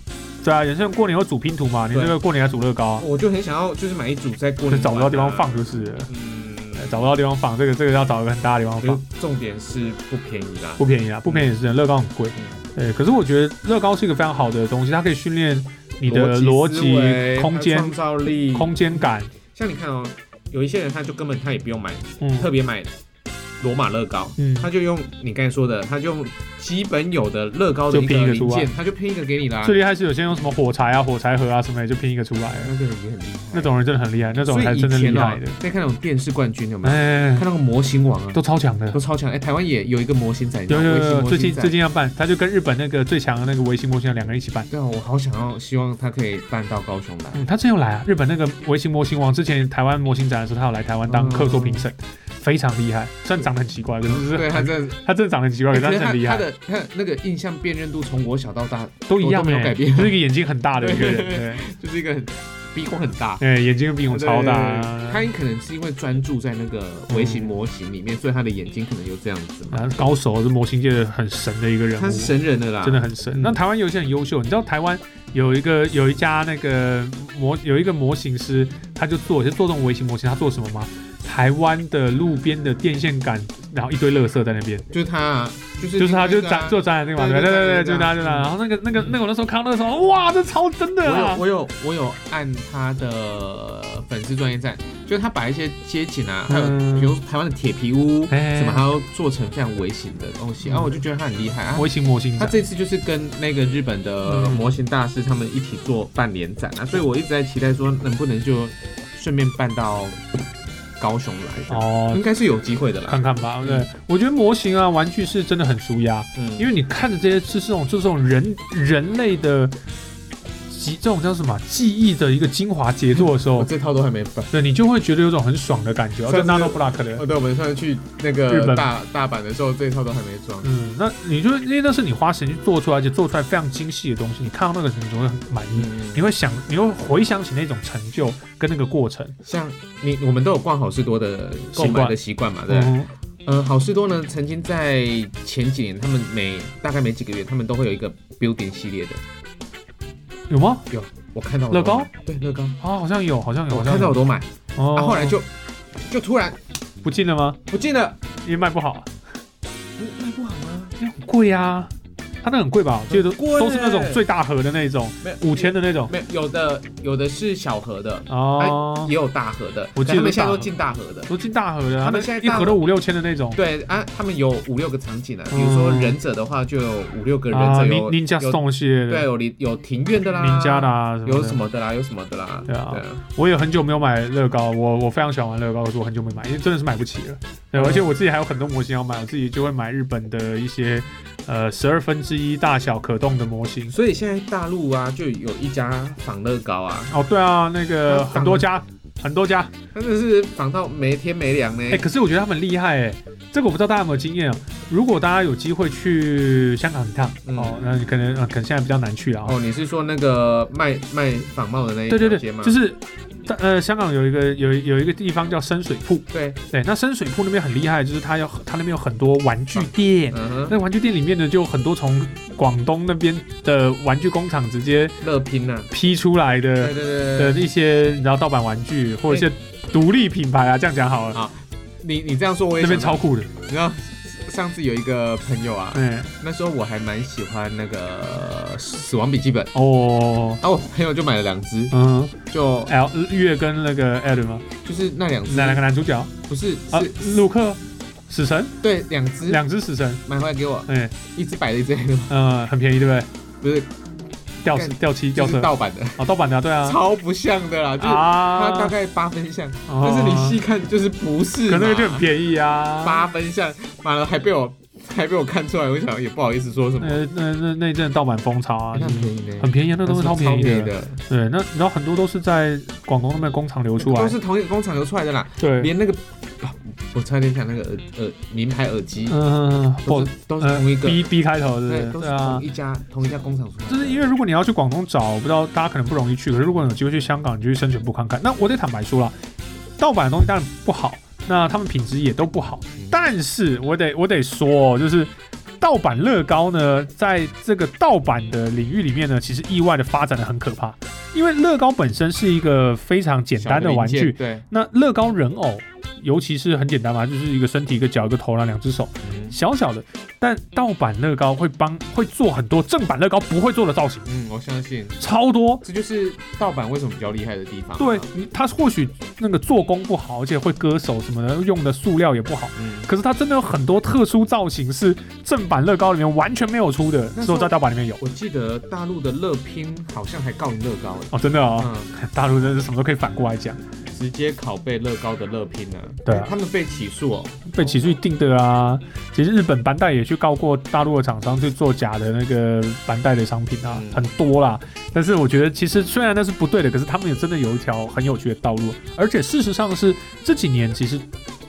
[SPEAKER 1] 对啊，人生过年有组拼图嘛，你
[SPEAKER 2] 对
[SPEAKER 1] 这个过年要组乐高啊，
[SPEAKER 2] 我就很想要，就是买一组在过
[SPEAKER 1] 就
[SPEAKER 2] 年
[SPEAKER 1] 找不到地方放
[SPEAKER 2] 玩啊，
[SPEAKER 1] 就是了，哎
[SPEAKER 2] 嗯，
[SPEAKER 1] 找不到地方放，这个这个要找一个很大的地方
[SPEAKER 2] 可是
[SPEAKER 1] 放，
[SPEAKER 2] 重点是不便宜啦，
[SPEAKER 1] 不便宜啊，不便宜也是，乐高很贵。
[SPEAKER 2] 嗯
[SPEAKER 1] 对，哎可是我觉得乐高是一个非常好的东西，它可以训练你的逻
[SPEAKER 2] 思
[SPEAKER 1] 辑
[SPEAKER 2] 维、
[SPEAKER 1] 空
[SPEAKER 2] 还有
[SPEAKER 1] 间
[SPEAKER 2] 创、造力，
[SPEAKER 1] 空间感。
[SPEAKER 2] 像你看哦，有一些人他就根本他也不用买，特
[SPEAKER 1] 嗯
[SPEAKER 2] 别买罗马乐高，
[SPEAKER 1] 嗯，
[SPEAKER 2] 他就用你刚才说的，他就用基本有的乐高的
[SPEAKER 1] 就拼一个啊
[SPEAKER 2] 零
[SPEAKER 1] 出来
[SPEAKER 2] 件，他就拼一个给你啦。
[SPEAKER 1] 最厉害是有些用什么火柴啊、火柴盒啊什么的，就拼一个出来了。
[SPEAKER 2] 那个人也很厉害，
[SPEAKER 1] 那种人真的很厉害，啊那种
[SPEAKER 2] 所
[SPEAKER 1] 人才
[SPEAKER 2] 以以
[SPEAKER 1] 真的
[SPEAKER 2] 前
[SPEAKER 1] 厉
[SPEAKER 2] 哦
[SPEAKER 1] 害的。，
[SPEAKER 2] 在看那种电视冠军有没有？
[SPEAKER 1] 哎
[SPEAKER 2] 看，那个模型王啊，
[SPEAKER 1] 都超强的
[SPEAKER 2] 都。超强。哎，台湾也有一个模型仔，你知
[SPEAKER 1] 有
[SPEAKER 2] 道
[SPEAKER 1] 有
[SPEAKER 2] 微型
[SPEAKER 1] 有，
[SPEAKER 2] 模
[SPEAKER 1] 最
[SPEAKER 2] 型
[SPEAKER 1] 近
[SPEAKER 2] 仔
[SPEAKER 1] 最近要办，他就跟日本那个最强的那个维新模型两个人一起办。
[SPEAKER 2] 对啊，我好想要，希望他可以搬到高雄来。
[SPEAKER 1] 嗯，他真有来啊！日本那个维新模型王之前台湾模型展的时候，他有来台湾当客座评审，
[SPEAKER 2] 哦
[SPEAKER 1] 非常厉害。虽然长得很奇怪，可是
[SPEAKER 2] 对，他
[SPEAKER 1] 是
[SPEAKER 2] 真的，
[SPEAKER 1] 他真的长得很奇怪，可
[SPEAKER 2] 哎
[SPEAKER 1] 是他
[SPEAKER 2] 可是
[SPEAKER 1] 真的
[SPEAKER 2] 他
[SPEAKER 1] 很厉
[SPEAKER 2] 他
[SPEAKER 1] 害。
[SPEAKER 2] 的他的那个印象辨认度从我小到大
[SPEAKER 1] 都一样、欸，
[SPEAKER 2] 都没有改变
[SPEAKER 1] 就是一个眼睛很大的一个
[SPEAKER 2] 对
[SPEAKER 1] 人，
[SPEAKER 2] 就是一个很鼻孔很大，
[SPEAKER 1] 对，哎眼睛比我超大、啊
[SPEAKER 2] 他可能是因为专注在那个微型模型里面，所以他的眼睛可能有这样子嘛。
[SPEAKER 1] 然后高手是模型界的很神的一个人
[SPEAKER 2] 他
[SPEAKER 1] 物
[SPEAKER 2] 是，神人的啦，
[SPEAKER 1] 真的很神。
[SPEAKER 2] 嗯
[SPEAKER 1] 那台湾有一些很优秀，你知道台湾有一个有一家那个模有一个模型师，他就做就做这种微型模型，他做什么吗？台湾的路边的电线杆，然后一堆垃圾在那边，
[SPEAKER 2] 就是他啊，就是
[SPEAKER 1] 就是他就
[SPEAKER 2] 那个啊
[SPEAKER 1] 展做展览那个嘛，对对
[SPEAKER 2] 对对
[SPEAKER 1] 对，
[SPEAKER 2] 对
[SPEAKER 1] 就是他就
[SPEAKER 2] 对
[SPEAKER 1] 他，
[SPEAKER 2] 嗯
[SPEAKER 1] 然后那个那个那个我那时候看到那个时候，哇，这超真的啊！
[SPEAKER 2] 我有我有我有按他的粉丝专业站，就是他把一些街景啊，还有
[SPEAKER 1] 嗯
[SPEAKER 2] 比如台湾的铁皮屋
[SPEAKER 1] 哎嗯
[SPEAKER 2] 什么，还要做成非常微型的东西，然后我就觉得他很厉害啊。
[SPEAKER 1] 微型模型
[SPEAKER 2] 他
[SPEAKER 1] 展，
[SPEAKER 2] 这次就是跟那个日本
[SPEAKER 1] 嗯
[SPEAKER 2] 的模型大师他们一起做办联展啊，所以我一直在期待说能不能就顺便办到高雄来，
[SPEAKER 1] 哦，
[SPEAKER 2] 应该是有机会的啦
[SPEAKER 1] 看。看吧。对，
[SPEAKER 2] 嗯
[SPEAKER 1] 我觉得模型啊、玩具是真的很舒压，
[SPEAKER 2] 嗯，
[SPEAKER 1] 因为你看着这些是这种就是这种人人类的记这种叫什么啊记忆的一个精华杰作的时
[SPEAKER 2] 我
[SPEAKER 1] 候，
[SPEAKER 2] 这套都还没办。
[SPEAKER 1] 对你就会觉得有种很爽的感觉。
[SPEAKER 2] 上
[SPEAKER 1] 这
[SPEAKER 2] 次
[SPEAKER 1] Nano Block 的，
[SPEAKER 2] 哦，对，我们上次去那
[SPEAKER 1] 日
[SPEAKER 2] 个
[SPEAKER 1] 本
[SPEAKER 2] 大大阪的时候，这一套都还没装。
[SPEAKER 1] 嗯，那你就因为那是你花时间去做出来，而且做出来非常精细的东西，你看到那个你总会很满意。你
[SPEAKER 2] 嗯，
[SPEAKER 1] 会想，你会回想起那种成就跟那个过程。
[SPEAKER 2] 像你我们都有逛好事多的购买的习惯嘛，对不对。
[SPEAKER 1] 嗯，
[SPEAKER 2] 呃，好事多呢，曾经在前几年，他们每大概每几个月，他们都会有一个 building 系列的。
[SPEAKER 1] 有吗？
[SPEAKER 2] 我看到我
[SPEAKER 1] 乐
[SPEAKER 2] 都
[SPEAKER 1] 高
[SPEAKER 2] 买，对乐高，
[SPEAKER 1] 啊，好像有，好像有，
[SPEAKER 2] 我
[SPEAKER 1] 好像
[SPEAKER 2] 看到我
[SPEAKER 1] 有。
[SPEAKER 2] 都买。
[SPEAKER 1] 哦
[SPEAKER 2] 啊，后来就就突然
[SPEAKER 1] 不进了吗？
[SPEAKER 2] 不见了，
[SPEAKER 1] 因为卖不好，
[SPEAKER 2] 卖不好吗？
[SPEAKER 1] 因为很贵啊。它那很贵吧？我记得都
[SPEAKER 2] 很贵
[SPEAKER 1] 都是那种
[SPEAKER 2] 欸
[SPEAKER 1] 最大盒的那种，
[SPEAKER 2] 没有
[SPEAKER 1] 五千的那种
[SPEAKER 2] 没有有的有的是小盒的，
[SPEAKER 1] 哦，
[SPEAKER 2] 哎也有大盒的，
[SPEAKER 1] 我记得
[SPEAKER 2] 但他们现
[SPEAKER 1] 大
[SPEAKER 2] 在都
[SPEAKER 1] 盒
[SPEAKER 2] 进大盒的。
[SPEAKER 1] 都进大盒的啊，
[SPEAKER 2] 他
[SPEAKER 1] 那
[SPEAKER 2] 们现在
[SPEAKER 1] 一
[SPEAKER 2] 大
[SPEAKER 1] 盒都五六千的那种。
[SPEAKER 2] 对啊，他们有五六个场景啊，比如说
[SPEAKER 1] 嗯
[SPEAKER 2] 忍者的话，就有五六个忍
[SPEAKER 1] 啊，
[SPEAKER 2] 者，
[SPEAKER 1] 您
[SPEAKER 2] 有
[SPEAKER 1] 您家
[SPEAKER 2] 有
[SPEAKER 1] 送系列
[SPEAKER 2] 对
[SPEAKER 1] 的，
[SPEAKER 2] 有林有庭院的啦，
[SPEAKER 1] 您家的啊，
[SPEAKER 2] 有
[SPEAKER 1] 的
[SPEAKER 2] 什？么的啦，有什么的啦，
[SPEAKER 1] 对啊
[SPEAKER 2] 对
[SPEAKER 1] 我也很久没有买乐高，我我非常喜欢玩乐高，可是我很久没买，因为真的是买不起了。对，
[SPEAKER 2] 嗯
[SPEAKER 1] 而且我自己还有很多模型要买，我自己就会买日本的一些呃十二分之一大小可动的模型。
[SPEAKER 2] 所以现在大陆啊，就有一家仿乐高啊，
[SPEAKER 1] 哦，对啊，那个
[SPEAKER 2] 那
[SPEAKER 1] 很多家，很多家。
[SPEAKER 2] 真的是仿到没天没凉呢。
[SPEAKER 1] 哎、可是我觉得他们厉害哎、这个我不知道大家有没有经验啊。如果大家有机会去香港一趟，
[SPEAKER 2] 嗯
[SPEAKER 1] 哦，那你可能、啊可能现在比较难去啊。
[SPEAKER 2] 哦，你是说那个卖卖仿冒的那一
[SPEAKER 1] 对对
[SPEAKER 2] 条街
[SPEAKER 1] 对
[SPEAKER 2] 吗，
[SPEAKER 1] 就是大呃，香港有一个有一有一个地方叫深水埗，
[SPEAKER 2] 对，
[SPEAKER 1] 对，那深水埗那边很厉害，就是它有它那边有很多玩具店。
[SPEAKER 2] 嗯哼，
[SPEAKER 1] 那玩具店里面呢，就有很多从广东那边的玩具工厂直接
[SPEAKER 2] 乐拼呐，
[SPEAKER 1] 批出来的
[SPEAKER 2] 对对对
[SPEAKER 1] 的
[SPEAKER 2] 对对。
[SPEAKER 1] 一些，你知道盗版玩具或者一些
[SPEAKER 2] 嗯
[SPEAKER 1] 独立品牌啊，这样讲好了，
[SPEAKER 2] 啊你你这样说我也
[SPEAKER 1] 那
[SPEAKER 2] 想
[SPEAKER 1] 边
[SPEAKER 2] 到
[SPEAKER 1] 超，酷的。
[SPEAKER 2] 你知道上次有一个朋友啊，
[SPEAKER 1] 嗯，
[SPEAKER 2] 那时候我还蛮喜欢那个《死亡笔记本》，
[SPEAKER 1] 哦，
[SPEAKER 2] 啊，我朋友就买了两只，
[SPEAKER 1] 嗯
[SPEAKER 2] 就
[SPEAKER 1] ，L 月跟那个 Ed 吗？
[SPEAKER 2] 就是那两只
[SPEAKER 1] 哪两个男主角？
[SPEAKER 2] 不是
[SPEAKER 1] 啊
[SPEAKER 2] 是，嗯
[SPEAKER 1] 陆克，死神，
[SPEAKER 2] 对两只
[SPEAKER 1] 两只死神，
[SPEAKER 2] 买回来给我，
[SPEAKER 1] 哎，
[SPEAKER 2] 一只白的，一只黑的，
[SPEAKER 1] 嗯，很便宜，对不对？
[SPEAKER 2] 不是
[SPEAKER 1] 掉
[SPEAKER 2] 干
[SPEAKER 1] 掉漆
[SPEAKER 2] 就
[SPEAKER 1] 掉
[SPEAKER 2] 是
[SPEAKER 1] 色，
[SPEAKER 2] 盗版的，
[SPEAKER 1] 哦，盗版的啊，对啊，
[SPEAKER 2] 超不像的啦，就是它
[SPEAKER 1] 啊
[SPEAKER 2] 大概八分像，
[SPEAKER 1] 哦
[SPEAKER 2] 但是你细看就是不是
[SPEAKER 1] 可
[SPEAKER 2] 嘛，
[SPEAKER 1] 那个就很便宜啊。
[SPEAKER 2] 八分像，完了还被我还被我看出来，我想也不好意思说什么，
[SPEAKER 1] 呃，那那那一阵盗版风潮啊，
[SPEAKER 2] 哎那
[SPEAKER 1] 就是
[SPEAKER 2] 很便
[SPEAKER 1] 很便宜
[SPEAKER 2] 宜呢，
[SPEAKER 1] 啊，那
[SPEAKER 2] 那
[SPEAKER 1] 东西
[SPEAKER 2] 时
[SPEAKER 1] 超
[SPEAKER 2] 候
[SPEAKER 1] 便宜的。
[SPEAKER 2] 的，
[SPEAKER 1] 对，那然后很多都是在广东那边工厂流出
[SPEAKER 2] 都
[SPEAKER 1] 来。
[SPEAKER 2] 是同一个工厂流出来的啦，
[SPEAKER 1] 啊对，
[SPEAKER 2] 连那个。啊我差点讲那个耳耳名牌耳机，
[SPEAKER 1] 嗯，
[SPEAKER 2] 都
[SPEAKER 1] 不
[SPEAKER 2] 是，都是同一个，
[SPEAKER 1] B B 开头的，
[SPEAKER 2] 对，
[SPEAKER 1] 对
[SPEAKER 2] 都是
[SPEAKER 1] 对
[SPEAKER 2] 同
[SPEAKER 1] 啊。
[SPEAKER 2] 一家同一家工厂出来的。
[SPEAKER 1] 就是因为如果你要去广东找，我不知道大家可能不容易去，可是如果你有机会去香港，你就去深水埗看看。那我得坦白说了，盗版的东西当然不好，那他们品质也都不好。但是我得我得说、哦，就是盗版乐高呢，在这个盗版的领域里面呢，其实意外的发展的很可怕。因为乐高本身是一个非常简单的玩
[SPEAKER 2] 小零
[SPEAKER 1] 具
[SPEAKER 2] 件，对，
[SPEAKER 1] 那乐高人偶，尤其是很简单嘛，就是一个身体、一个脚、一个头，然后两只手，
[SPEAKER 2] 嗯
[SPEAKER 1] 小小的。但盗版乐高会帮会做很多正版乐高不会做的造型，
[SPEAKER 2] 嗯，我相信
[SPEAKER 1] 超多。
[SPEAKER 2] 这就是盗版为什么比较厉害的地方。啊
[SPEAKER 1] 对，你，它或许那个做工不好，而且会割手什么的，用的塑料也不好。
[SPEAKER 2] 嗯，
[SPEAKER 1] 可是它真的有很多特殊造型是正版乐高里面完全没有出的，
[SPEAKER 2] 那时候
[SPEAKER 1] 只有在盗版里面有。
[SPEAKER 2] 我记得大陆的乐拼好像还告赢乐高哎，
[SPEAKER 1] 哦，真的哦，
[SPEAKER 2] 嗯，
[SPEAKER 1] (laughs) 大陆真的是什么都可以反过来讲，
[SPEAKER 2] 直接拷贝乐高的乐拼呢。
[SPEAKER 1] 对啊
[SPEAKER 2] 他们被起诉哦，
[SPEAKER 1] 被起诉一定的啊。其实日本班代也去告过大陆的厂商去做假的那个班代的商品啊，
[SPEAKER 2] 嗯
[SPEAKER 1] 很多啦。但是我觉得其实虽然那是不对的，可是他们也真的有一条很有趣的道路。而且事实上是这几年其实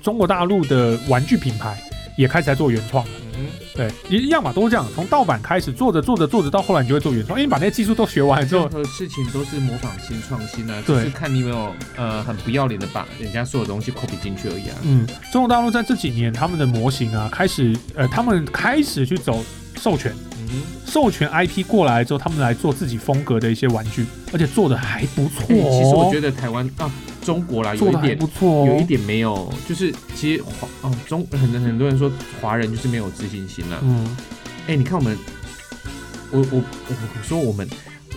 [SPEAKER 1] 中国大陆的玩具品牌也开始在做原创。
[SPEAKER 2] 嗯，
[SPEAKER 1] 对，一样嘛，都这样，从盗版开始做着做着做着，到后来你就会做原创，因为你把那些技术都学完了之后
[SPEAKER 2] 任，何事情都是模仿新创新啊，
[SPEAKER 1] 哎对
[SPEAKER 2] 就是看你有没有呃很不要脸的把人家所有东西 copy 进去而已啊。
[SPEAKER 1] 嗯，中国大陆在这几年他们的模型啊，开始呃，他们开始去走授权，
[SPEAKER 2] 嗯，
[SPEAKER 1] 授权 IP 过来之后，他们来做自己风格的一些玩具，而且做的还不错、哦
[SPEAKER 2] 哎其实我觉得台湾啊，中国啦有
[SPEAKER 1] 做
[SPEAKER 2] 一
[SPEAKER 1] 的还
[SPEAKER 2] 点
[SPEAKER 1] 不错、哦，
[SPEAKER 2] 有一点没有，就是其实华哦中很很多人说华人就是没有自信心啦、
[SPEAKER 1] 嗯，
[SPEAKER 2] 哎、你看我们，我我我我说我们，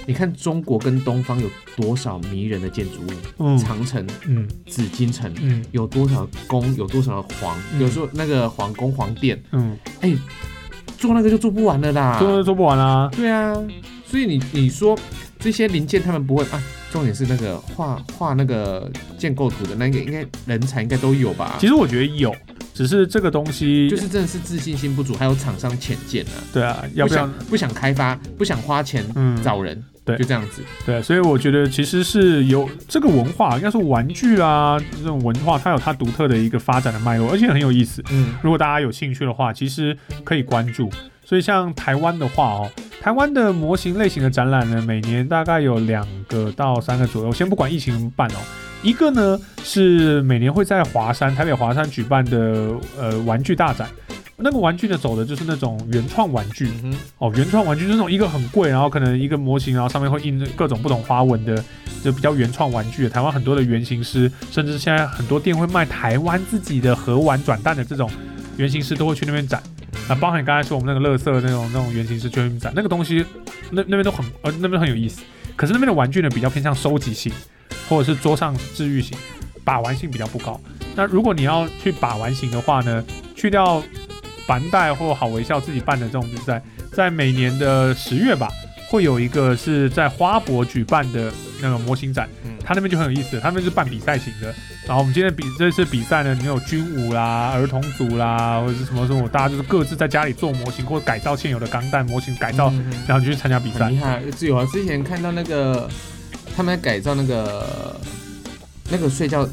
[SPEAKER 2] 你看中国跟东方有多少迷人的建筑物？
[SPEAKER 1] 嗯
[SPEAKER 2] 长城、
[SPEAKER 1] 嗯
[SPEAKER 2] 紫禁城
[SPEAKER 1] 嗯
[SPEAKER 2] 有多少宫，有多少皇，
[SPEAKER 1] 嗯
[SPEAKER 2] 有时候那个皇宫、皇殿，
[SPEAKER 1] 嗯，
[SPEAKER 2] 哎、做那个就做不完了啦。
[SPEAKER 1] 做都做不完啦、
[SPEAKER 2] 对啊，所以你你说这些零件他们不会啊？重点是那个画画那个建构图的那个，应该人才应该都有吧？
[SPEAKER 1] 其实我觉得有，只是这个东西
[SPEAKER 2] 就是真的是自信心不足，还有厂商浅见啊，
[SPEAKER 1] 对啊，要不要
[SPEAKER 2] 想不想开发，不想花钱
[SPEAKER 1] 嗯
[SPEAKER 2] 找人，
[SPEAKER 1] 对
[SPEAKER 2] 就这样子。
[SPEAKER 1] 对，啊所以我觉得其实是有这个文化，应该说玩具啊这种文化，它有它独特的一个发展的脉络，而且很有意思。
[SPEAKER 2] 嗯，
[SPEAKER 1] 如果大家有兴趣的话，其实可以关注。所以像台湾的话哦，台湾的模型类型的展览呢，每年大概有两个到三个左右。先不管疫情办哦，一个呢是每年会在华山台北华山举办的呃玩具大展。那个玩具呢，走的就是那种原创玩具，
[SPEAKER 2] 嗯哼，
[SPEAKER 1] 哦，原创玩具就是那种一个很贵，然后可能一个模型，然后上面会印着各种不同花纹的，就比较原创玩具。台湾很多的原型师，甚至现在很多店会卖台湾自己的盒玩转蛋的这种原型师都会去那边展。啊，包含刚才说我们那个乐色那种那种圆形式圈运展，那个东西那那边都很呃那边很有意思。可是那边的玩具呢比较偏向收集性，或者是桌上治愈型，把玩性比较不高。那如果你要去把玩型的话呢，去掉凡代或好微笑自己办的这种比赛，在每年的十月吧，会有一个是在花博举办的那个模型展，
[SPEAKER 3] 嗯
[SPEAKER 1] 他那边就很有意思，他们是办比赛型的。然后我们今天比这次比赛呢，你有军武啦、儿童组啦，或者是什么什么，大家就是各自在家里做模型或者改造现有的钢弹模型，改造、
[SPEAKER 2] 嗯嗯
[SPEAKER 1] 然后你去参加比
[SPEAKER 2] 很
[SPEAKER 1] 赛
[SPEAKER 2] 厉。害，自由啊！之前看到那个他们在改造那个那个睡觉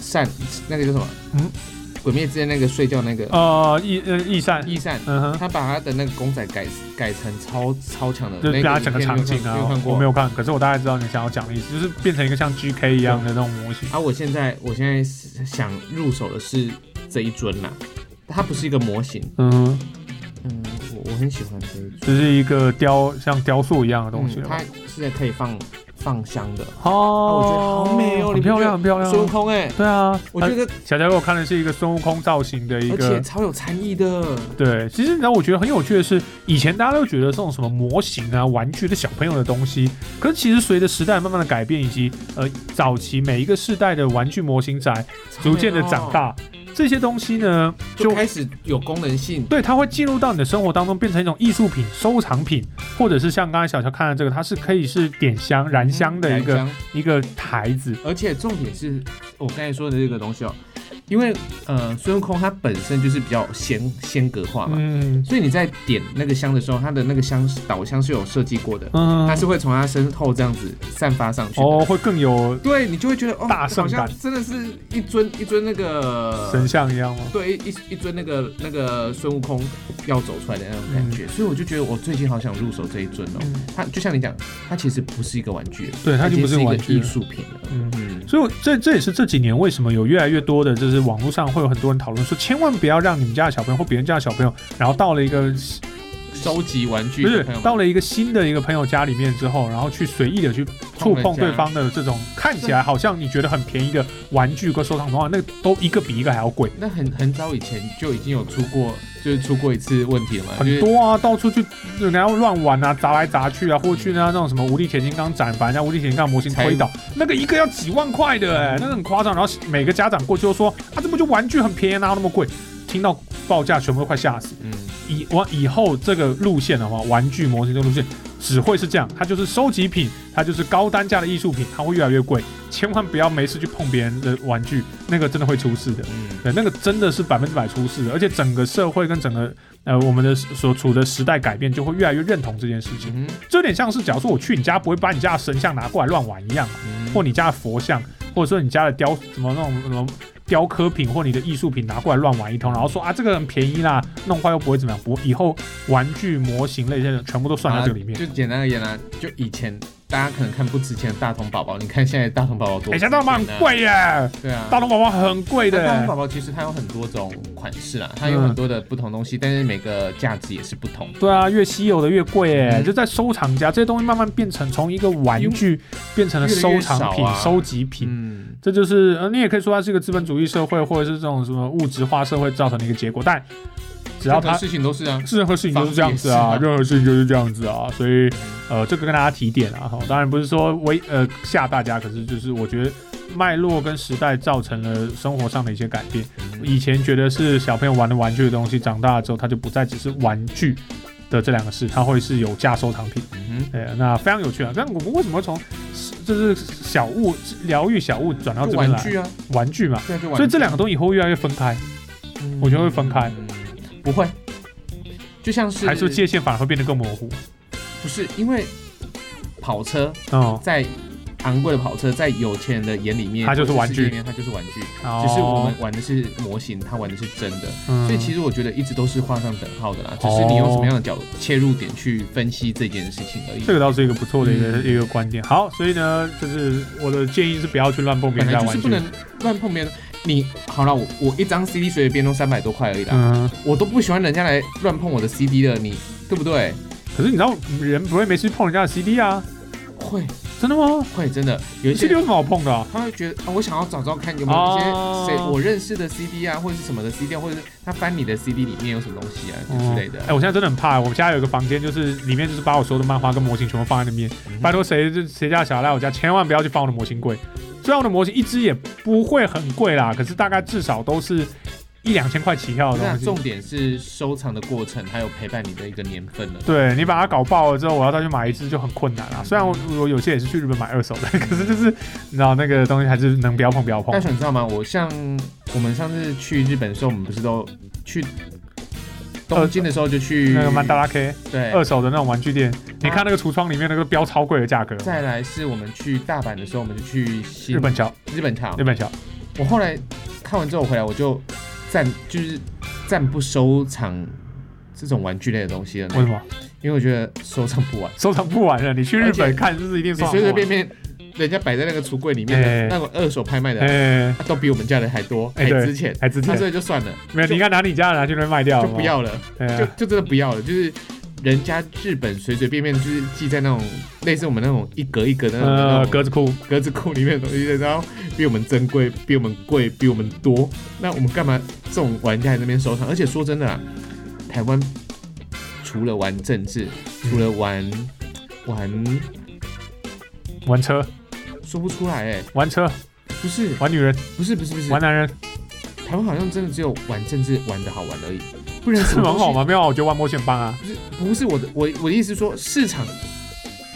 [SPEAKER 2] 扇，那个叫什么？
[SPEAKER 1] 嗯
[SPEAKER 2] 嗯，鬼灭之刃那个睡觉那个
[SPEAKER 1] 呃，翼呃翼善，
[SPEAKER 2] 翼扇，
[SPEAKER 1] 嗯哼，
[SPEAKER 2] 他把他的那个公仔改改成超超强的，
[SPEAKER 1] 就
[SPEAKER 2] 那
[SPEAKER 1] 是
[SPEAKER 2] 个
[SPEAKER 1] 大家整个
[SPEAKER 2] 影片
[SPEAKER 1] 场
[SPEAKER 2] 你有
[SPEAKER 1] 景啊
[SPEAKER 2] 看你有看，
[SPEAKER 1] 我
[SPEAKER 2] 过
[SPEAKER 1] 没有看，可是我大概知道你想要讲的意思，就是变成一个像 GK 一样的那种模型。
[SPEAKER 2] 啊，我现在我现在是想入手的是这一尊啦，它不是一个模型，
[SPEAKER 1] 嗯哼，
[SPEAKER 2] 嗯，我我很喜欢这一尊，
[SPEAKER 1] 就是一个雕像雕塑一样的东西
[SPEAKER 2] 嗯
[SPEAKER 1] 了吧
[SPEAKER 2] 它是可以放放香的，
[SPEAKER 1] 哦
[SPEAKER 2] 我觉得好美哦
[SPEAKER 1] 很
[SPEAKER 2] 你不
[SPEAKER 1] 漂
[SPEAKER 2] 觉
[SPEAKER 1] 亮，
[SPEAKER 2] 得
[SPEAKER 1] 很漂亮
[SPEAKER 2] 孙悟
[SPEAKER 1] 啊。
[SPEAKER 2] 空哎、
[SPEAKER 1] 对啊，
[SPEAKER 2] 我觉
[SPEAKER 1] 呃
[SPEAKER 2] 得
[SPEAKER 1] 小家给我看的是一个孙悟空造型的一
[SPEAKER 2] 而
[SPEAKER 1] 个
[SPEAKER 2] 且超有禅意的，
[SPEAKER 1] 对，其实你知道，我觉得很有趣的是，以前大家都觉得这种什么模型啊、玩具的小朋友的东西，可是其实随着时代慢慢的改变，以及呃早期每一个世代的玩具模型宅逐渐的长大，这些东西呢，
[SPEAKER 2] 哦就
[SPEAKER 1] 就
[SPEAKER 2] 开始有功能性，
[SPEAKER 1] 对它会进入到你的生活当中，变成一种艺术品、收藏品，或者是像刚才小乔看的这个，它是可以是点香、燃香的一个、
[SPEAKER 2] 嗯燃香
[SPEAKER 1] 一个台子。
[SPEAKER 2] 而且重点是我刚才说的这个东西哦，因为呃，孙悟空他本身就是比较仙仙格化嘛，
[SPEAKER 1] 嗯
[SPEAKER 2] 所以你在点那个香的时候，它的那个香导香是有设计过的，
[SPEAKER 1] 嗯
[SPEAKER 2] 它，是会从它身后这样子散发上去的。
[SPEAKER 1] 哦，会更有
[SPEAKER 2] 对你就会觉得哦，
[SPEAKER 1] 大圣
[SPEAKER 2] 好像
[SPEAKER 1] 感
[SPEAKER 2] 真的是一尊一尊那个
[SPEAKER 1] 神像一样吗？
[SPEAKER 2] 对，一一尊那个那个孙悟空要走出来的那种感觉，所以我就觉得我最近好想入手这一尊哦。
[SPEAKER 1] 嗯
[SPEAKER 2] 它就像你讲，它其实不是一个玩具，
[SPEAKER 1] 对它就不
[SPEAKER 2] 是
[SPEAKER 1] 是
[SPEAKER 2] 一
[SPEAKER 1] 玩
[SPEAKER 2] 个
[SPEAKER 1] 具
[SPEAKER 2] 艺术品了。
[SPEAKER 1] 嗯。
[SPEAKER 2] 嗯，
[SPEAKER 1] 所以我这这也是这几年为什么有越来越多的，就是网络上会有很多人讨论说，千万不要让你们家的小朋友或别人家的小朋友，然后到了一个
[SPEAKER 2] 收集玩具
[SPEAKER 1] 不是
[SPEAKER 2] 的朋友们
[SPEAKER 1] 到了一个新的一个朋友家里面之后，然后去随意的去触碰对方的这种看起来好像你觉得很便宜的玩具跟收藏的话，那都一个比一个还要贵，
[SPEAKER 2] 那很很早以前就已经有出过，就是出过一次问题了嘛，就
[SPEAKER 1] 很
[SPEAKER 2] 是
[SPEAKER 1] 多啊，到处去人家乱玩啊，砸来砸去啊，或者去那那种什么无敌铁金刚展，把人家无敌铁金刚模型推倒，那个一个要几万块的、欸，那个很夸张。然后每个家长过去都说啊，这不就玩具很便宜，哪有啊那么贵？听到报价，全部都快吓死。
[SPEAKER 2] 嗯，
[SPEAKER 1] 以我以后这个路线的话，玩具模型这个路线只会是这样，它就是收集品，它就是高单价的艺术品，它会越来越贵。千万不要没事去碰别人的玩具，那个真的会出事的。
[SPEAKER 2] 嗯
[SPEAKER 1] 对，那个真的是百分之百出事的，而且整个社会跟整个呃我们的所处的时代改变，就会越来越认同这件事情。
[SPEAKER 2] 嗯
[SPEAKER 1] 这有点像是，假如说我去你家，不会把你家的神像拿过来乱玩一样，
[SPEAKER 2] 嗯
[SPEAKER 1] 或你家的佛像，或者说你家的雕什么那种什么雕刻品或你的艺术品拿过来乱玩一通，然后说啊这个很便宜啦，弄坏又不会怎么样。不，以后玩具模型类这些全部都算在这个里面。
[SPEAKER 2] 啊就简单而言啦，就以前大家可能看不值钱的大童宝宝，你看现在大童宝宝多，
[SPEAKER 1] 哎、家大妈很，贵耶，
[SPEAKER 2] 对啊，
[SPEAKER 1] 大龙宝宝很贵的
[SPEAKER 2] 那大童
[SPEAKER 1] 耶
[SPEAKER 2] 宝。宝其实它有很多种款式啦，它有
[SPEAKER 1] 嗯
[SPEAKER 2] 很多的不同东西，但是每个价值也是不同的。
[SPEAKER 1] 对啊，越稀有的越贵哎、
[SPEAKER 2] 嗯
[SPEAKER 1] 就在收藏家这些东西慢慢变成从一个玩具变成了收藏
[SPEAKER 2] 越来越
[SPEAKER 1] 品、
[SPEAKER 2] 少啊
[SPEAKER 1] 收集品，
[SPEAKER 2] 嗯，
[SPEAKER 1] 这就是呃，你也可以说它是一个资本主义社会或者是这种什么物质化社会造成的一个结果，但只要
[SPEAKER 2] 任何
[SPEAKER 1] 它
[SPEAKER 2] 事情都是啊，
[SPEAKER 1] 任何事情都是这样子
[SPEAKER 2] 房
[SPEAKER 1] 啊，
[SPEAKER 2] 子也是啊
[SPEAKER 1] 任何事情就是这样子啊，所以呃，这个跟大家提点啊，哈，当然不是说为呃吓大家，可是就是我觉得脉络跟时代造成了生活上的一些改变。以前觉得是小朋友玩的玩具的东西，长大了之后，它就不再只是玩具的这两个事，它会是有价收藏品。
[SPEAKER 2] 嗯
[SPEAKER 1] 哎，那非常有趣啊！但我们为什么会从就是小物疗愈小物转到
[SPEAKER 2] 哼，
[SPEAKER 1] 这
[SPEAKER 2] 就
[SPEAKER 1] 边
[SPEAKER 2] 玩
[SPEAKER 1] 来？
[SPEAKER 2] 具啊，
[SPEAKER 1] 玩具嘛，
[SPEAKER 2] 对啊，就玩具。
[SPEAKER 1] 所以这两个东西以后越来越分开，我觉得会分开
[SPEAKER 2] 嗯，不会，就像是
[SPEAKER 1] 还是界限反而会变得更模糊。
[SPEAKER 2] 不是因为跑车
[SPEAKER 1] 嗯，
[SPEAKER 2] 在昂贵的跑车，在有钱人的眼里面，
[SPEAKER 1] 它就是
[SPEAKER 2] 或者
[SPEAKER 1] 玩具
[SPEAKER 2] 世界里面它就是玩具，
[SPEAKER 1] 只
[SPEAKER 2] 只是
[SPEAKER 1] 哦
[SPEAKER 2] 我们玩的是模型，他玩的是真的。
[SPEAKER 1] 嗯
[SPEAKER 2] 所以其实我觉得一直都是画上等号的
[SPEAKER 1] 哦
[SPEAKER 2] 啦，只是你用什么样的角切入点去分析这件事情而已
[SPEAKER 1] 这。个倒是一个不错的一个、
[SPEAKER 2] 嗯
[SPEAKER 1] 一个观点。好，所以呢，就是我的建议是不要去乱碰别
[SPEAKER 2] 本
[SPEAKER 1] 人家
[SPEAKER 2] 来
[SPEAKER 1] 的
[SPEAKER 2] 就是
[SPEAKER 1] 玩
[SPEAKER 2] 不
[SPEAKER 1] 具。
[SPEAKER 2] 能乱碰别人。你好了，我我一张 CD 随便都三百多块而已啦，
[SPEAKER 1] 嗯，
[SPEAKER 2] 我都不喜欢人家来乱碰我的 CD 了，你对不对？
[SPEAKER 1] 可是你知道，人不会没事碰人家的 CD 啊。
[SPEAKER 2] 会，
[SPEAKER 1] 真的吗？
[SPEAKER 2] 会真的有一
[SPEAKER 1] 这
[SPEAKER 2] 些
[SPEAKER 1] 里有什么好碰的啊？
[SPEAKER 2] 他会觉得啊，我想要找找看有没有一些
[SPEAKER 1] 哦
[SPEAKER 2] 谁我认识的 CD 啊，或者是什么的 CD，啊或者是他翻你的 CD 里面有什么东西啊之类的
[SPEAKER 1] 哎、。我现在真的很怕。我家有一个房间，就是里面就是把我所有的漫画跟模型全部放在那边。
[SPEAKER 2] 嗯
[SPEAKER 1] 拜托谁就谁家的小孩来我家，千万不要去翻我的模型柜。虽然我的模型一只也不会很贵啦，可是大概至少都是一两千块起跳的
[SPEAKER 2] 那
[SPEAKER 1] 东西。
[SPEAKER 2] 重点是收藏的过程，还有陪伴你的一个年份了。
[SPEAKER 1] 对你把它搞爆了之后，我要再去买一只就很困难啦。虽然我我有些也是去日本买二手的，可是就是你知道那个东西还是能不要碰不要碰
[SPEAKER 2] 但。是你知道吗？我像我们上次去日本的时候，我们不是都去东京的时候就去
[SPEAKER 1] 那个曼达拉 K
[SPEAKER 2] 对，
[SPEAKER 1] 二手的那种玩具店，你看那个橱窗里面那个标超贵的价格，
[SPEAKER 2] 再来是我们去大阪的时候，我们就去新
[SPEAKER 1] 日本桥，
[SPEAKER 2] 日本桥
[SPEAKER 1] 日。本桥，
[SPEAKER 2] 我后来看完之后回来，我就暂就是暂不收藏这种玩具类的东西了呢
[SPEAKER 1] 为，什么
[SPEAKER 2] 因为我觉得收藏不完，
[SPEAKER 1] 收藏不完了？你去日
[SPEAKER 2] 而且
[SPEAKER 1] 本看就是一定
[SPEAKER 2] 你
[SPEAKER 1] 收藏
[SPEAKER 2] 随随
[SPEAKER 1] 不
[SPEAKER 2] 便
[SPEAKER 1] 完。
[SPEAKER 2] 便人家摆在那个橱柜里面的
[SPEAKER 1] 哎
[SPEAKER 2] 那种二手拍卖的，啊
[SPEAKER 1] 哎，
[SPEAKER 2] 都比我们家的还多，
[SPEAKER 1] 哎
[SPEAKER 2] 还
[SPEAKER 1] 对
[SPEAKER 2] 值钱。
[SPEAKER 1] 还值
[SPEAKER 2] 那
[SPEAKER 1] 钱
[SPEAKER 2] 这，就算了，
[SPEAKER 1] 没有，你应该拿你家的拿去那边卖掉，
[SPEAKER 2] 就
[SPEAKER 1] 好
[SPEAKER 2] 不
[SPEAKER 1] 好，
[SPEAKER 2] 要了，
[SPEAKER 1] 对啊
[SPEAKER 2] 就就真的不要了，就是。人家日本随随便便就是寄在那种类似我们那种一格一格的那种那
[SPEAKER 1] 呃，
[SPEAKER 2] 种
[SPEAKER 1] 格子裤，
[SPEAKER 2] 格子库里面的东西，然后比我们珍贵，比我们贵，比我们多。那我们干嘛这种玩家在那边收藏？而且说真的啊，台湾除了玩政治，
[SPEAKER 1] 嗯
[SPEAKER 2] 除了玩玩，
[SPEAKER 1] 玩车，
[SPEAKER 2] 说不出来哎、
[SPEAKER 1] 玩车，
[SPEAKER 2] 不是
[SPEAKER 1] 玩女人，
[SPEAKER 2] 不是不是不是，
[SPEAKER 1] 玩男人，
[SPEAKER 2] 台湾好像真的只有玩政治玩的好玩而已，不然
[SPEAKER 1] 是
[SPEAKER 2] 什么
[SPEAKER 1] 很
[SPEAKER 2] 东西
[SPEAKER 1] 好吗？没有啊，我觉得玩模型很棒啊。
[SPEAKER 2] 不是不是我的我我的意思是说市场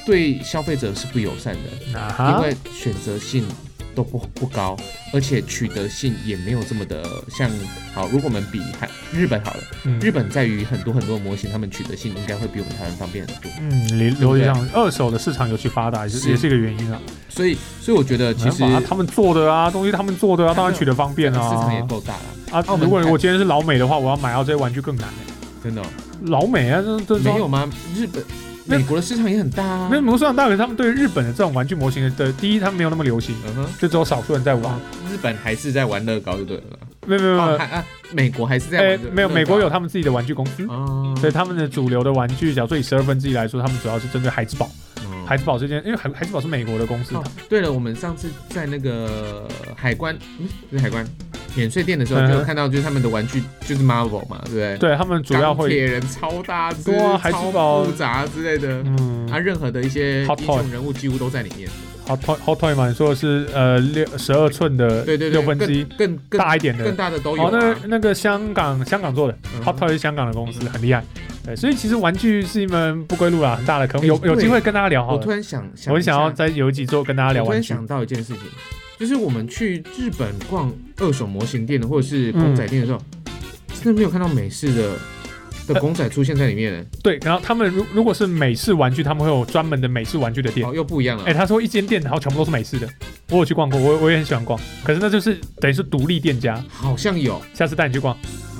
[SPEAKER 2] 对消费者是不友善的。
[SPEAKER 1] 啊
[SPEAKER 2] 因
[SPEAKER 1] 哈，
[SPEAKER 2] 为选择性都不不高，而且取得性也没有这么的像好。如果我们比韩日本好了，
[SPEAKER 1] 嗯
[SPEAKER 2] 日本在于很多很多模型，他们取得性应该会比我们台湾方便很多。
[SPEAKER 1] 嗯，理
[SPEAKER 2] 对不
[SPEAKER 1] 逻辑
[SPEAKER 2] 对
[SPEAKER 1] 上，二手的市场尤其发达，也是
[SPEAKER 2] 是
[SPEAKER 1] 也是一个原因啊。
[SPEAKER 2] 所以，所以我觉得其实
[SPEAKER 1] 没办法啊他们做的啊，东西他们做的啊，当然取得方便
[SPEAKER 2] 市场也
[SPEAKER 1] 啊。
[SPEAKER 2] 够大了，
[SPEAKER 1] 啊
[SPEAKER 2] 我，们
[SPEAKER 1] 如果
[SPEAKER 2] 看
[SPEAKER 1] 我今天是老美的话，我要买到这些玩具更难欸。
[SPEAKER 2] 真的哦、
[SPEAKER 1] 老美啊，这这
[SPEAKER 2] 没有吗？日本、
[SPEAKER 1] 那
[SPEAKER 2] 美国的市场也很大啊。
[SPEAKER 1] 没有，美国市场大，可是他们对日本的这种玩具模型的，第一，他们没有那么流行，
[SPEAKER 2] 嗯哼，
[SPEAKER 1] 就只有少数人在玩。
[SPEAKER 2] 日本还是在玩乐高就对了。
[SPEAKER 1] 没有没有没
[SPEAKER 2] 哦，
[SPEAKER 1] 有
[SPEAKER 2] 还，啊，美国还是在
[SPEAKER 1] 哎，
[SPEAKER 2] 玩乐高。
[SPEAKER 1] 没有，美国有他们自己的玩具公司。
[SPEAKER 2] 哦。
[SPEAKER 1] 所以他们的主流的玩具，假如说以十二分之一来说，他们主要是针对孩之宝。
[SPEAKER 2] 嗯
[SPEAKER 1] 孩之宝这件，因为孩孩之宝是美国的公司
[SPEAKER 2] 哦，对了，我们上次在那个海关，嗯，不是海关免税店的时候，
[SPEAKER 1] 嗯
[SPEAKER 2] 就有看到就是他们的玩具就是 Marvel 嘛，对不对？，
[SPEAKER 1] 对他们主要会，
[SPEAKER 2] 铁人超大只，
[SPEAKER 1] 对啊海之宝
[SPEAKER 2] 超复杂之类的。
[SPEAKER 1] 嗯，
[SPEAKER 2] 啊，任何的一些
[SPEAKER 1] Hot
[SPEAKER 2] 英
[SPEAKER 1] Toy
[SPEAKER 2] 雄人物几乎都在里面。
[SPEAKER 1] 好 toy 好 toy 嘛，你说的是呃六十二寸的
[SPEAKER 2] 对对对，
[SPEAKER 1] 六分之一
[SPEAKER 2] 更更更
[SPEAKER 1] 大一点的
[SPEAKER 2] 更，大的都有、
[SPEAKER 1] 哦
[SPEAKER 2] 啊。，
[SPEAKER 1] 那个那个香港香港做的
[SPEAKER 2] 嗯
[SPEAKER 1] Hot Toy 是香港的公司，很厉害。对，所以其实玩具是一门不归路啦，很大的坑。有
[SPEAKER 2] 哎
[SPEAKER 1] 有机
[SPEAKER 2] 对
[SPEAKER 1] 会跟大家聊好
[SPEAKER 2] 我
[SPEAKER 1] 了，
[SPEAKER 2] 突然想想
[SPEAKER 1] 我很
[SPEAKER 2] 一下，
[SPEAKER 1] 想要在有一集之后跟大家聊
[SPEAKER 2] 我突
[SPEAKER 1] 玩
[SPEAKER 2] 然
[SPEAKER 1] 具。
[SPEAKER 2] 想到一件事情，就是我们去日本逛二手模型店的或者
[SPEAKER 1] 嗯
[SPEAKER 2] 是公仔店的时候，真的没有看到美式的的公仔出现在里面、
[SPEAKER 1] 对，然后他们如如果是美式玩具，他们会有专门的美式玩具的店
[SPEAKER 2] 哦，。又不一样了。
[SPEAKER 1] 哎、他说一间店，然后全部都是美式的，我有去逛过，我我也很喜欢逛。可是那就是等于是独立店家，
[SPEAKER 2] 好像有，
[SPEAKER 1] 下次带你去逛，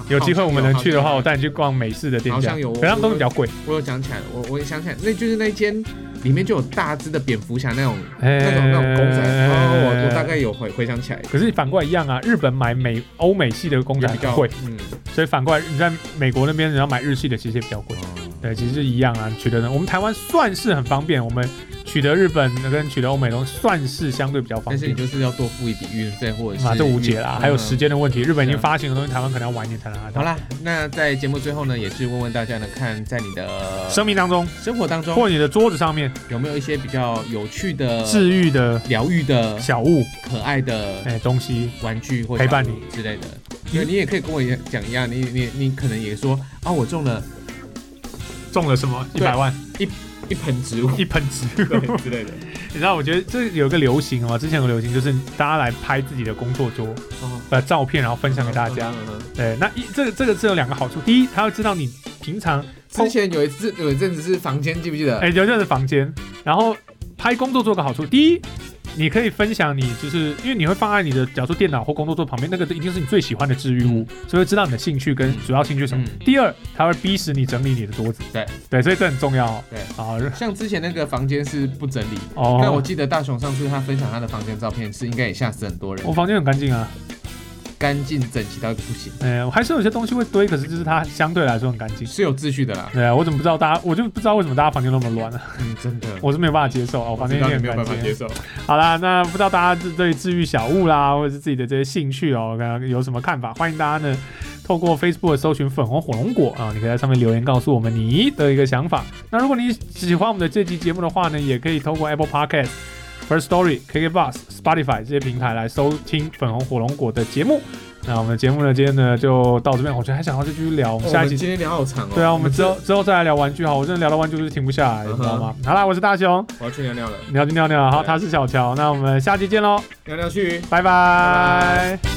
[SPEAKER 1] 有机会我们能去的话，我
[SPEAKER 2] 哦好像
[SPEAKER 1] 带你去逛美式的店
[SPEAKER 2] 好
[SPEAKER 1] 家，
[SPEAKER 2] 像有
[SPEAKER 1] 可是他们都比较贵。
[SPEAKER 2] 有我有想起来了，我我也想起来，那就是那间里面就有大只的蝙蝠侠那种
[SPEAKER 1] 哎、
[SPEAKER 2] 那种那种公仔，哦，我我大概有回回想起来，
[SPEAKER 1] 可是反过来一样啊，日本买美欧美系的公仔
[SPEAKER 2] 比
[SPEAKER 1] 很
[SPEAKER 2] 较
[SPEAKER 1] 贵，，
[SPEAKER 2] 嗯，
[SPEAKER 1] 所以反过来你在美国那边你要买日系的其实也比较贵。对，其实是一样啊，取得呢，我们台湾算是很方便，我们取得日本跟取得欧美东西算是相对比较方
[SPEAKER 2] 但是你
[SPEAKER 1] 便。
[SPEAKER 2] 就是要多付一笔运费或者是嗯
[SPEAKER 1] 啊，这无解啦，还有时。间的问题，日本已经
[SPEAKER 2] 是啊
[SPEAKER 1] 发行的东西，台湾可能要晚一点才拿得
[SPEAKER 2] 好
[SPEAKER 1] 到。
[SPEAKER 2] 啦，那在节目最后呢，也是问问大家呢，看在你的
[SPEAKER 1] 生命当中。
[SPEAKER 2] 生活当中
[SPEAKER 1] 或你的桌子上面
[SPEAKER 2] 有没有一些比较有趣的、
[SPEAKER 1] 治愈的
[SPEAKER 2] 疗愈的、
[SPEAKER 1] 小物，
[SPEAKER 2] 可爱的
[SPEAKER 1] 哎、东西，
[SPEAKER 2] 玩具或
[SPEAKER 1] 陪伴
[SPEAKER 2] 小物
[SPEAKER 1] 你嗯
[SPEAKER 2] 之类的。对，你也可以跟我一样讲一样，你你你可能也说啊，我中了
[SPEAKER 1] 中了什么一百万
[SPEAKER 2] 一
[SPEAKER 1] (laughs)
[SPEAKER 2] 盆植物
[SPEAKER 1] 一盆植物
[SPEAKER 2] (laughs) 对，之类的。
[SPEAKER 1] (laughs) 你知道？我觉得这有一个流行哦嘛，之前有个流行就是大家来拍自己的工作桌
[SPEAKER 2] 哦，
[SPEAKER 1] 呃照片，然后分享给大家。
[SPEAKER 2] 嗯嗯嗯
[SPEAKER 1] 对，那一这个这个是有两个好处，第一，他要知道你平常
[SPEAKER 2] 之前有一次有一阵子是房间，记不记得？
[SPEAKER 1] 哎留在的房间，然后拍工作桌有个好处，第一。你可以分享你就是因为你会放在你的，假如说电脑或工作桌旁边，那个一定是你最喜欢的治愈物，所以会知道你的兴趣跟主要兴趣是什么。
[SPEAKER 2] 嗯
[SPEAKER 1] 第二，它会逼使你整理你的桌子。
[SPEAKER 2] 对
[SPEAKER 1] 对，所以这很重要哦。
[SPEAKER 2] 对
[SPEAKER 1] 啊，
[SPEAKER 2] 像之前那个房间是不整理，但我
[SPEAKER 1] 哦，哦
[SPEAKER 2] 记得大雄上次他分享他的房间照片是应该也吓死很多人
[SPEAKER 1] 我。房间很干净啊，
[SPEAKER 2] 干净整齐到一个不行，
[SPEAKER 1] 哎、我还是有些东西会堆，可是就是它相对来说很干净。
[SPEAKER 2] 是有秩序的啦。
[SPEAKER 1] 对啊，我怎么不知道大家？我就不知道为什么大家房间那么乱啊！
[SPEAKER 2] 嗯，真的，
[SPEAKER 1] 我是没有办法接受啊，我
[SPEAKER 2] 我
[SPEAKER 1] 房
[SPEAKER 2] 知
[SPEAKER 1] 间
[SPEAKER 2] 道
[SPEAKER 1] 有
[SPEAKER 2] 你
[SPEAKER 1] 点
[SPEAKER 2] 没有办法
[SPEAKER 1] 干净
[SPEAKER 2] 接受。
[SPEAKER 1] 好啦，那不知道大家对对治愈小物啦，或者是自己的这些兴趣哦，刚刚有什么看法？欢迎大家呢透过 Facebook 搜寻粉红火龙果啊，你可以在上面留言告诉我们你的一个想法。那如果你喜欢我们的这期节目的话呢，也可以透过 Apple Podcast、First Story、KK Bus、Spotify 这些平台来收听粉红火龙果的节目。那我们的节目呢，今天呢就到这边，我觉得还想要再继续聊，我
[SPEAKER 2] 哦
[SPEAKER 1] 们下一
[SPEAKER 2] 我们
[SPEAKER 1] 集。
[SPEAKER 2] 今天聊好长哦。
[SPEAKER 1] 对啊，我们之
[SPEAKER 2] 这
[SPEAKER 1] 后之后再来聊玩具哈，我真的聊到玩具就是停不下来，你知道吗？
[SPEAKER 2] 嗯
[SPEAKER 1] 好啦，我是大雄，
[SPEAKER 2] 我要去尿尿了，
[SPEAKER 1] 你要去尿尿，好，
[SPEAKER 2] 对
[SPEAKER 1] 他是小乔，那我们下期见喽。
[SPEAKER 2] 尿尿去。
[SPEAKER 1] 拜拜。
[SPEAKER 2] 拜